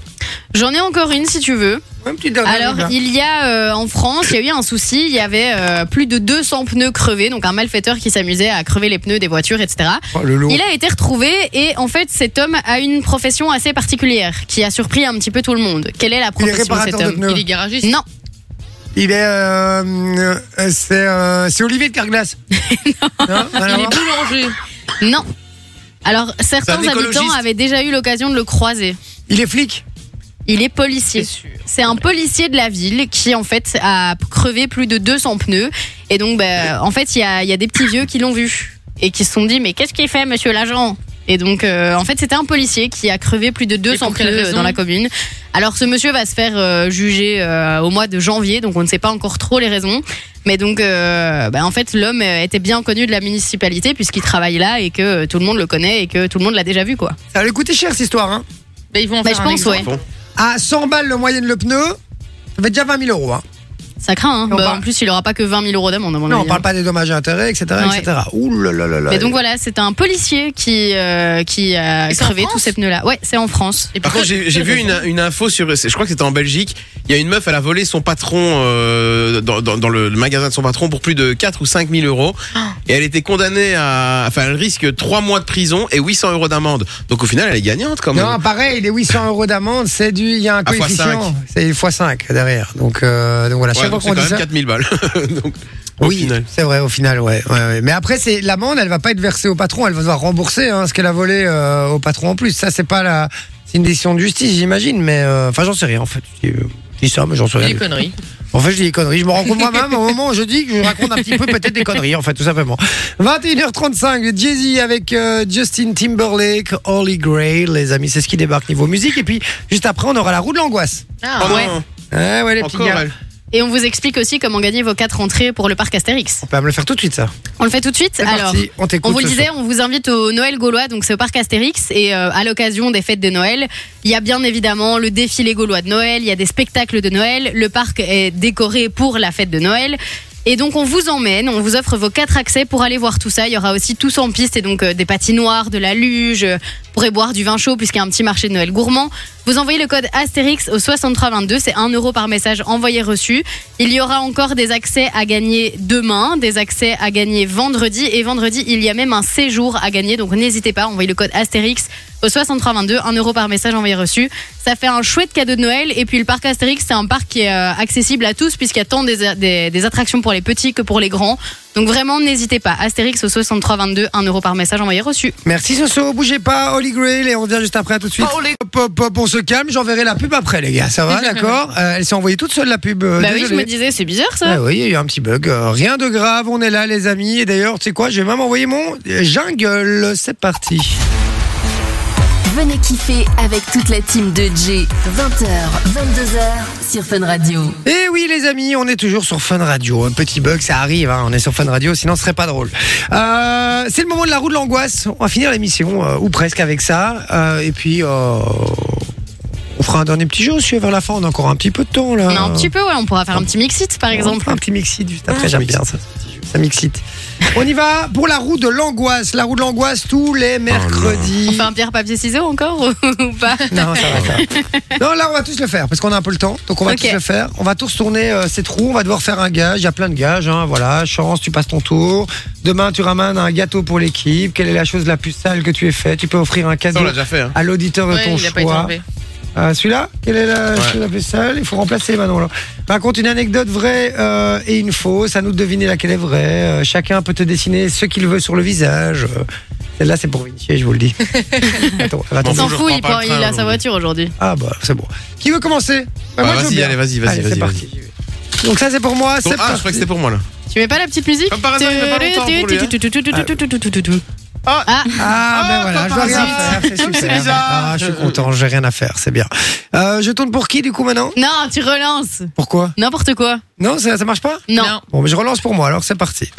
[SPEAKER 2] J'en ai encore une si tu veux.
[SPEAKER 1] Ouais, Une petite dernière,
[SPEAKER 2] Alors,
[SPEAKER 1] les gars.
[SPEAKER 2] il y a euh, en France, il y a eu un souci. Il y avait euh, plus de 200 pneus crevés, donc un malfaiteur qui s'amusait à crever les pneus des voitures, etc.
[SPEAKER 1] Oh, le lot.
[SPEAKER 2] Il a été retrouvé et en fait, cet homme a une profession assez particulière qui a surpris un petit peu tout le monde. Quelle est la
[SPEAKER 1] Il est
[SPEAKER 2] profession de
[SPEAKER 1] réparateur
[SPEAKER 2] cet
[SPEAKER 1] de
[SPEAKER 2] homme
[SPEAKER 1] pneus.
[SPEAKER 4] Il est garagiste.
[SPEAKER 2] Non,
[SPEAKER 1] Il est. euh, euh, c'est euh, c'est Olivier de
[SPEAKER 2] [LAUGHS]
[SPEAKER 1] Hein, Carglass. non. rien à
[SPEAKER 4] Il est
[SPEAKER 1] voir
[SPEAKER 4] boulanger.
[SPEAKER 2] non. Alors, certains habitants
[SPEAKER 3] écologiste.
[SPEAKER 2] avaient déjà eu l'occasion de le croiser.
[SPEAKER 1] Il est flic.
[SPEAKER 2] Il est policier.
[SPEAKER 4] C'est sûr.
[SPEAKER 2] C'est un policier de la ville qui, en fait, a crevé plus de 200 pneus. Et donc, bah, en fait, il y a, il y a des petits vieux qui l'ont vu et qui se sont dit Mais qu'est-ce qu'il fait, monsieur l'agent Et donc, euh, en fait, c'était un policier qui a crevé plus de 200
[SPEAKER 4] pour quelle
[SPEAKER 2] pneus euh,
[SPEAKER 4] raison
[SPEAKER 2] dans la commune. Alors, ce monsieur va se faire euh, juger euh, au mois de janvier, donc on ne sait pas encore trop les raisons. Mais donc, euh, bah, en fait, l'homme euh, était bien connu de la municipalité puisqu'il travaille là et que euh, tout le monde le connaît et que tout le monde l'a déjà vu, quoi.
[SPEAKER 1] Ça allait coûter cher cette histoire. Hein.
[SPEAKER 4] Bah, ils vont en
[SPEAKER 2] Bah,
[SPEAKER 4] faire
[SPEAKER 2] je
[SPEAKER 4] un
[SPEAKER 2] pense,
[SPEAKER 4] exemple.
[SPEAKER 2] ouais.
[SPEAKER 1] À 100 balles le moyenne le pneu, ça fait déjà 20 000 euros. Hein.
[SPEAKER 2] Ça craint, hein.
[SPEAKER 1] on
[SPEAKER 2] Bah,
[SPEAKER 1] parle-
[SPEAKER 2] En plus, il aura pas que 20 000 euros d'amende, à mon
[SPEAKER 1] Non, on
[SPEAKER 2] avis, hein.
[SPEAKER 1] parle pas des dommages et intérêts, etc.
[SPEAKER 2] Ouais.
[SPEAKER 1] etc. Ouh là là là là.
[SPEAKER 2] Mais donc voilà, c'est un policier qui, euh, qui a
[SPEAKER 4] Et c'est en
[SPEAKER 2] crevé
[SPEAKER 4] France Ah,
[SPEAKER 2] tous ces pneus-là. Ouais, c'est en France.
[SPEAKER 4] Et
[SPEAKER 3] Par
[SPEAKER 4] pourquoi-
[SPEAKER 3] contre, j'ai j'ai
[SPEAKER 4] quelle
[SPEAKER 3] vu
[SPEAKER 4] raison
[SPEAKER 3] une, une info sur. Je crois que c'était en Belgique. Il y a une meuf, elle a volé son patron euh, dans, dans- dans le magasin de son patron pour plus de 4 ou 5 000 euros.
[SPEAKER 2] Oh.
[SPEAKER 3] Et elle était condamnée à. Enfin, elle risque 3 mois de prison et 800 euros d'amende. Donc au final, elle est gagnante quand même.
[SPEAKER 1] Non, pareil, les 800 euros d'amende, c'est du. Il y a un
[SPEAKER 3] À fois
[SPEAKER 1] coefficient.
[SPEAKER 3] cinq.
[SPEAKER 1] C'est x5 derrière. Donc, euh, donc voilà,
[SPEAKER 3] Ouais,
[SPEAKER 1] chaque
[SPEAKER 3] donc
[SPEAKER 1] fois
[SPEAKER 3] c'est
[SPEAKER 1] qu'on
[SPEAKER 3] quand
[SPEAKER 1] dit ça.
[SPEAKER 3] même 4000 balles. [LAUGHS] donc, au
[SPEAKER 1] Oui,
[SPEAKER 3] final.
[SPEAKER 1] c'est vrai, au final, ouais. ouais, ouais. Mais après, c'est l'amende, elle va pas être versée au patron, elle va devoir rembourser hein, ce qu'elle a volé euh, au patron en plus. Ça, c'est pas la. C'est une décision de justice, j'imagine, mais. euh, Enfin, j'en sais rien, en fait. Je dis, euh, je dis ça, mais j'en sais rien.
[SPEAKER 4] Des
[SPEAKER 1] du tout.
[SPEAKER 4] conneries.
[SPEAKER 1] En fait, je dis des conneries. Je me rends compte moi-même au moment où je dis que je raconte un petit peu peut-être des conneries, en fait, tout simplement. 21h35, Jay-Z avec euh, Justin Timberlake, Holy Grail, les amis, c'est ce qui débarque niveau musique. Et puis, juste après, on aura la roue de l'angoisse.
[SPEAKER 4] Ah,
[SPEAKER 3] Oh non,
[SPEAKER 2] ouais.
[SPEAKER 1] Ah ouais, les petits
[SPEAKER 3] Encore
[SPEAKER 1] gars.
[SPEAKER 3] elle.
[SPEAKER 2] Et on vous explique aussi comment gagner vos quatre entrées pour le parc Astérix.
[SPEAKER 1] On peut me le faire tout de suite, ça.
[SPEAKER 2] On le fait tout de suite
[SPEAKER 1] C'est
[SPEAKER 2] Alors,
[SPEAKER 1] parti, on t'écoute.
[SPEAKER 2] on vous le
[SPEAKER 1] ce
[SPEAKER 2] disait, on vous invite au Noël Gaulois, donc c'est au parc Astérix. Et euh, à l'occasion des fêtes de Noël, il y a bien évidemment le défilé gaulois de Noël, il y a des spectacles de Noël, le parc est décoré pour la fête de Noël. Et donc on vous emmène, on vous offre vos quatre accès pour aller voir tout ça. Il y aura aussi tous en piste et donc euh, des patinoires, de la luge, euh, vous pourrez boire du vin chaud puisqu'il y a un petit marché de Noël gourmand. Vous envoyez le code Astérix au 6322, c'est 1 euro par message envoyé reçu. Il y aura encore des accès à gagner demain, des accès à gagner vendredi et vendredi il y a même un séjour à gagner donc n'hésitez pas, envoyez le code Astérix au 6322, 1 euro par message envoyé reçu. Ça fait un chouette cadeau de Noël. Et puis le parc Astérix, c'est un parc qui est euh, accessible à tous, puisqu'il y a tant des, des- des attractions pour les petits que pour les grands. Donc vraiment, n'hésitez pas. Astérix au 6322, 1 euro par message envoyé reçu.
[SPEAKER 1] Merci Soso, bougez pas, Holy Grail, et on revient juste après, à tout de suite. Hop, hop, hop, on se calme, j'enverrai la pub après, les gars, ça
[SPEAKER 2] [LAUGHS]
[SPEAKER 1] va, d'accord Euh, Elle s'est envoyée toute seule, la pub. euh,
[SPEAKER 2] bah oui,
[SPEAKER 1] désolé.
[SPEAKER 2] je me disais, c'est bizarre ça.
[SPEAKER 1] Ah oui, il y a eu un petit bug. Euh, rien de grave, on est là, les amis. Et d'ailleurs, tu sais quoi, je vais même envoyer mon jungle. C'est parti.
[SPEAKER 8] Venez kiffer avec toute la team de J. 20h, 22h sur Fun Radio.
[SPEAKER 1] Et Eh oui, les amis, on est toujours sur Fun Radio. Un petit bug, ça arrive. hein, On est sur Fun Radio, sinon ce serait pas drôle. Euh, c'est le moment de la roue de l'angoisse. On va finir l'émission euh, ou presque avec ça. Euh, et puis, euh, on fera un dernier petit jeu aussi vers la fin. On a encore un petit peu de temps là.
[SPEAKER 2] On a un petit peu, ouais, on pourra faire
[SPEAKER 1] Ah.
[SPEAKER 2] un petit mixit par exemple.
[SPEAKER 1] Un petit mixite juste après, j'aime bien ça. Ça mixite. On y va pour la roue de l'angoisse. La roue de l'angoisse tous les mercredis.
[SPEAKER 2] On fait un pierre, papier, ciseaux encore [LAUGHS] ou- ou pas
[SPEAKER 1] Non, ça va, ça va. [LAUGHS] Non, là, on va tous le faire parce qu'on a un peu le temps. Donc, on va
[SPEAKER 2] Ok.
[SPEAKER 1] tous le faire. On va tous tourner euh, ces trous. On va devoir faire un gage. Il y a plein de gages. hein, voilà, chance, tu passes ton tour. Demain, tu ramènes un gâteau pour l'équipe. Quelle est la chose la plus sale que tu aies faite Tu peux offrir un
[SPEAKER 3] Ça,
[SPEAKER 1] cadeau
[SPEAKER 3] on l'a déjà fait. hein.
[SPEAKER 1] à l'auditeur de
[SPEAKER 4] Ouais,
[SPEAKER 1] ton
[SPEAKER 4] il a pas été
[SPEAKER 1] choix.
[SPEAKER 4] enlevé.
[SPEAKER 1] Euh, Celui-là Quelle est la
[SPEAKER 3] Ouais.
[SPEAKER 1] chose la plus sale Il faut remplacer Manon. Là. Raconte une anecdote vraie euh, et une fausse. À nous de deviner laquelle est vraie. Euh, chacun peut te dessiner ce qu'il veut sur le visage. Euh, Celle-là, c'est pour Vinci, je vous
[SPEAKER 4] [LAUGHS]
[SPEAKER 1] le dis. Attends, elle va
[SPEAKER 3] Bon,
[SPEAKER 2] On
[SPEAKER 1] tomber.
[SPEAKER 2] s'en
[SPEAKER 3] je
[SPEAKER 2] fout,
[SPEAKER 3] reprends
[SPEAKER 2] il,
[SPEAKER 3] pas
[SPEAKER 2] prend-
[SPEAKER 3] le
[SPEAKER 2] il
[SPEAKER 3] train,
[SPEAKER 2] a sa
[SPEAKER 3] aujourd'hui.
[SPEAKER 2] voiture aujourd'hui.
[SPEAKER 1] Ah bah c'est bon. Qui veut commencer Bah,
[SPEAKER 3] Bah,
[SPEAKER 1] moi, je veux
[SPEAKER 3] vas-y,
[SPEAKER 1] bien.
[SPEAKER 3] allez, vas-y, vas-y.
[SPEAKER 1] Allez, c'est
[SPEAKER 3] vas-y, vas-y.
[SPEAKER 1] parti. Donc ça c'est pour moi,
[SPEAKER 3] Bon,
[SPEAKER 1] c'est
[SPEAKER 3] ah, je crois que
[SPEAKER 1] parti.
[SPEAKER 3] c'était pour moi là.
[SPEAKER 2] Tu mets pas la petite musique
[SPEAKER 3] Comme par hasard, il met pas longtemps pour lui, hein.
[SPEAKER 2] Ah,
[SPEAKER 1] Ah, ben
[SPEAKER 3] Ah,
[SPEAKER 1] voilà, je
[SPEAKER 3] comme
[SPEAKER 1] dois
[SPEAKER 3] par
[SPEAKER 1] rien
[SPEAKER 3] hasard.
[SPEAKER 1] faire, c'est
[SPEAKER 3] Comme c'est
[SPEAKER 1] super.
[SPEAKER 3] bizarre.
[SPEAKER 1] Ah, je suis content, j'ai rien à faire, c'est bien. Euh, je tourne pour qui du coup maintenant
[SPEAKER 2] non, tu relances.
[SPEAKER 1] Pourquoi
[SPEAKER 2] N'importe quoi.
[SPEAKER 1] Non, ça, ça marche pas
[SPEAKER 2] Non.
[SPEAKER 4] Non.
[SPEAKER 1] Bon, mais je relance pour moi, alors c'est parti.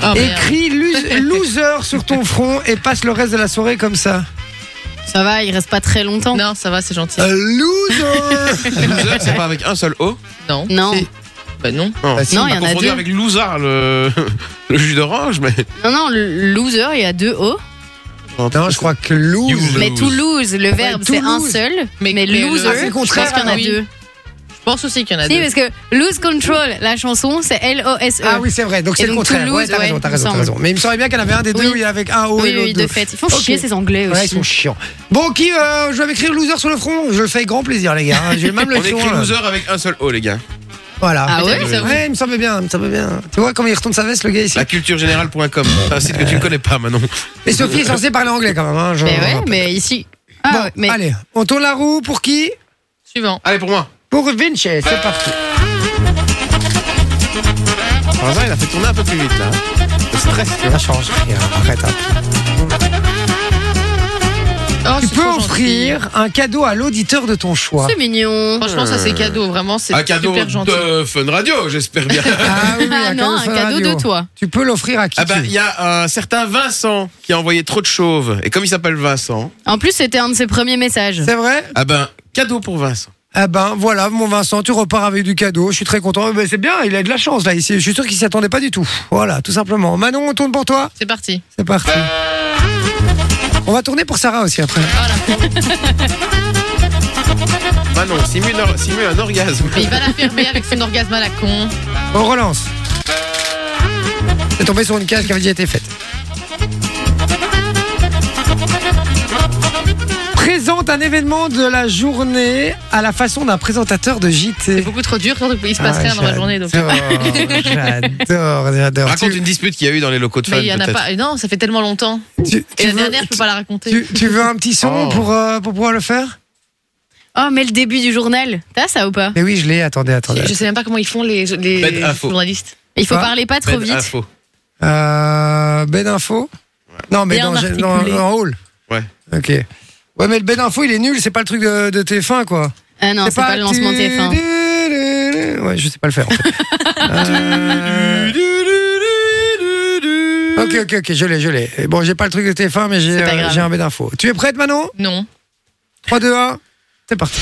[SPEAKER 4] Oh, merde.
[SPEAKER 1] Écris lose- loser sur ton front et passe le reste de la soirée comme ça.
[SPEAKER 2] Ça va, il reste pas très longtemps.
[SPEAKER 4] Non, ça va, c'est gentil.
[SPEAKER 1] Euh,
[SPEAKER 4] [LAUGHS]
[SPEAKER 1] loser
[SPEAKER 3] Loser, c'est pas avec un seul O.
[SPEAKER 4] Non.
[SPEAKER 2] Non.
[SPEAKER 1] si.
[SPEAKER 4] Bah non.
[SPEAKER 1] Bah, si,
[SPEAKER 2] Non,
[SPEAKER 1] bah,
[SPEAKER 2] il y en a
[SPEAKER 3] Confondu
[SPEAKER 2] deux.
[SPEAKER 3] avec Louzard, le, [LAUGHS] le jus d'orange, mais.
[SPEAKER 2] Non, non, le loser, il y a deux O.
[SPEAKER 1] Non, je crois que lose.
[SPEAKER 3] Lose.
[SPEAKER 2] Mais to lose, le verbe, c'est un
[SPEAKER 1] Toulouse.
[SPEAKER 2] seul. Mais,
[SPEAKER 4] mais le-
[SPEAKER 2] loser,
[SPEAKER 4] Ah, c'est le
[SPEAKER 2] je pense qu'il
[SPEAKER 1] contraire,
[SPEAKER 2] y en a
[SPEAKER 4] alors, oui.
[SPEAKER 2] deux.
[SPEAKER 4] Je pense aussi qu'il y en a
[SPEAKER 2] Si,
[SPEAKER 4] deux.
[SPEAKER 2] parce que lose control, la chanson, c'est L-O-S-E.
[SPEAKER 1] Ah oui, c'est vrai, donc c'est
[SPEAKER 2] Et
[SPEAKER 1] le
[SPEAKER 2] donc
[SPEAKER 1] contraire.
[SPEAKER 2] Toulouse,
[SPEAKER 1] ouais, t'as
[SPEAKER 2] ouais,
[SPEAKER 1] raison, t'as
[SPEAKER 2] il me
[SPEAKER 1] raison, t'as
[SPEAKER 2] semble.
[SPEAKER 1] raison. Mais il me semblait bien qu'il y en avait un des
[SPEAKER 2] Oui.
[SPEAKER 1] deux, il y avait un O
[SPEAKER 2] oui,
[SPEAKER 1] et l'autre.
[SPEAKER 2] oui, de
[SPEAKER 1] deux.
[SPEAKER 2] fait. Ils font
[SPEAKER 1] Ok.
[SPEAKER 2] chier ces anglais
[SPEAKER 1] Ouais, ils
[SPEAKER 2] aussi.
[SPEAKER 1] sont chiants. Bon, qui euh, je vais écrire loser sur le front Je le fais avec grand plaisir, les gars. hein. J'ai
[SPEAKER 3] [LAUGHS]
[SPEAKER 1] même le
[SPEAKER 3] On
[SPEAKER 1] front,
[SPEAKER 3] écrit
[SPEAKER 1] là.
[SPEAKER 3] loser avec un seul O, les gars.
[SPEAKER 1] Voilà.
[SPEAKER 2] Ah ouais
[SPEAKER 1] ouais, il me semble bien, il me semble bien. Tu vois comment il retourne sa veste, le gars ici
[SPEAKER 3] La culturegénérale.com. Un site que tu ne connais pas, Manon.
[SPEAKER 1] Mais Sophie est censée parler anglais quand même. Hein, je-
[SPEAKER 2] mais ouais, mais ici. Ah,
[SPEAKER 1] Bon,
[SPEAKER 2] ouais, mais
[SPEAKER 1] allez, on tourne la roue pour qui
[SPEAKER 4] Suivant.
[SPEAKER 3] Allez, pour moi.
[SPEAKER 1] Pour Vinci, c'est parti.
[SPEAKER 3] Par hasard, Ah il a fait tourner un peu plus vite là. Le stress, tu vois.
[SPEAKER 1] Ça change rien. Arrête. hein.
[SPEAKER 2] Ah,
[SPEAKER 4] Oh,
[SPEAKER 1] Tu
[SPEAKER 4] c'est
[SPEAKER 1] peux
[SPEAKER 4] trop
[SPEAKER 1] offrir un cadeau à l'auditeur de ton choix.
[SPEAKER 2] C'est mignon.
[SPEAKER 4] gentil. Franchement, ça c'est cadeau, vraiment, c'est
[SPEAKER 3] Un cadeau
[SPEAKER 4] super gentil.
[SPEAKER 3] de Fun Radio, j'espère [LAUGHS] bien.
[SPEAKER 1] Ah oui,
[SPEAKER 2] Ah non, un
[SPEAKER 1] sur
[SPEAKER 2] cadeau
[SPEAKER 1] radio.
[SPEAKER 2] de toi.
[SPEAKER 1] Tu peux l'offrir à qui
[SPEAKER 3] ah bah,
[SPEAKER 1] tu
[SPEAKER 3] il
[SPEAKER 1] veux.
[SPEAKER 3] y a un certain Vincent qui a envoyé trop de chauves. Et comme il s'appelle Vincent,
[SPEAKER 2] En plus, c'était un de ses premiers messages.
[SPEAKER 1] C'est vrai
[SPEAKER 3] ah ben, cadeau pour Vincent.
[SPEAKER 1] Ah ben voilà, mon Vincent, tu repars avec du cadeau. Je suis très content. Eh ben, c'est bien, il a de la chance là ici. Je suis sûr qu'il s'y attendait pas du tout. Voilà, tout simplement. Manon, on tourne pour toi.
[SPEAKER 4] C'est parti.
[SPEAKER 1] C'est parti. On va tourner pour Sarah aussi après.
[SPEAKER 3] Bah non, simule, un- simule un orgasme.
[SPEAKER 4] Mais il va la fermer avec son orgasme à la con.
[SPEAKER 1] On relance. C'est tombé sur une case qui avait déjà été faite. Présente un événement de la journée à la façon d'un présentateur de
[SPEAKER 4] C'est
[SPEAKER 1] JT.
[SPEAKER 4] beaucoup trop dur, surtout qu'il se passe rien dans la journée. Donc.
[SPEAKER 1] Ah, J'adore, j'adore, j'adore.
[SPEAKER 3] [LAUGHS] Raconte
[SPEAKER 1] Tu-
[SPEAKER 3] une dispute qu'il y a eu dans les locaux de fans.
[SPEAKER 4] Mais il y en a
[SPEAKER 3] peut-être.
[SPEAKER 4] pas. Ah, Non, ça fait tellement longtemps.
[SPEAKER 1] tu-
[SPEAKER 4] Et
[SPEAKER 1] tu
[SPEAKER 4] la
[SPEAKER 1] veux-
[SPEAKER 4] dernière, je peux pas la raconter.
[SPEAKER 1] Tu, tu veux un petit son
[SPEAKER 3] Oh.
[SPEAKER 1] pour, euh, pour pouvoir le faire
[SPEAKER 2] Oh, mais le début du journal, t'as ça ou pas
[SPEAKER 1] Mais oui, je l'ai. Attendez, attendez.
[SPEAKER 4] Je sais même pas comment ils font les, les
[SPEAKER 3] Bête info.
[SPEAKER 4] journalistes.
[SPEAKER 2] Il faut
[SPEAKER 1] Quoi
[SPEAKER 2] parler pas trop
[SPEAKER 3] Bête
[SPEAKER 2] vite.
[SPEAKER 3] info.
[SPEAKER 1] Euh, ben Info Non, mais
[SPEAKER 2] Bien
[SPEAKER 1] dans, j'ai- dans,
[SPEAKER 2] articulé.
[SPEAKER 1] dans Hall.
[SPEAKER 3] Ouais.
[SPEAKER 1] Ok. Ouais, mais le Ben Info, il est nul. C'est pas le truc de, de TF1, quoi.
[SPEAKER 2] Ah non, c'est pas le lancement TF1.
[SPEAKER 1] TF1. Ouais, je sais pas le faire. En
[SPEAKER 3] [LAUGHS]
[SPEAKER 1] fait. Euh, Ok, ok, ok, je l'ai, je l'ai. Et Bon, j'ai pas le truc de TF1, mais j'ai
[SPEAKER 2] C'est pas
[SPEAKER 1] euh,
[SPEAKER 2] grave.
[SPEAKER 1] j'ai un Ben Info. Tu es prête, Manon
[SPEAKER 4] Non.
[SPEAKER 1] 3, 2, 1. C'est parti.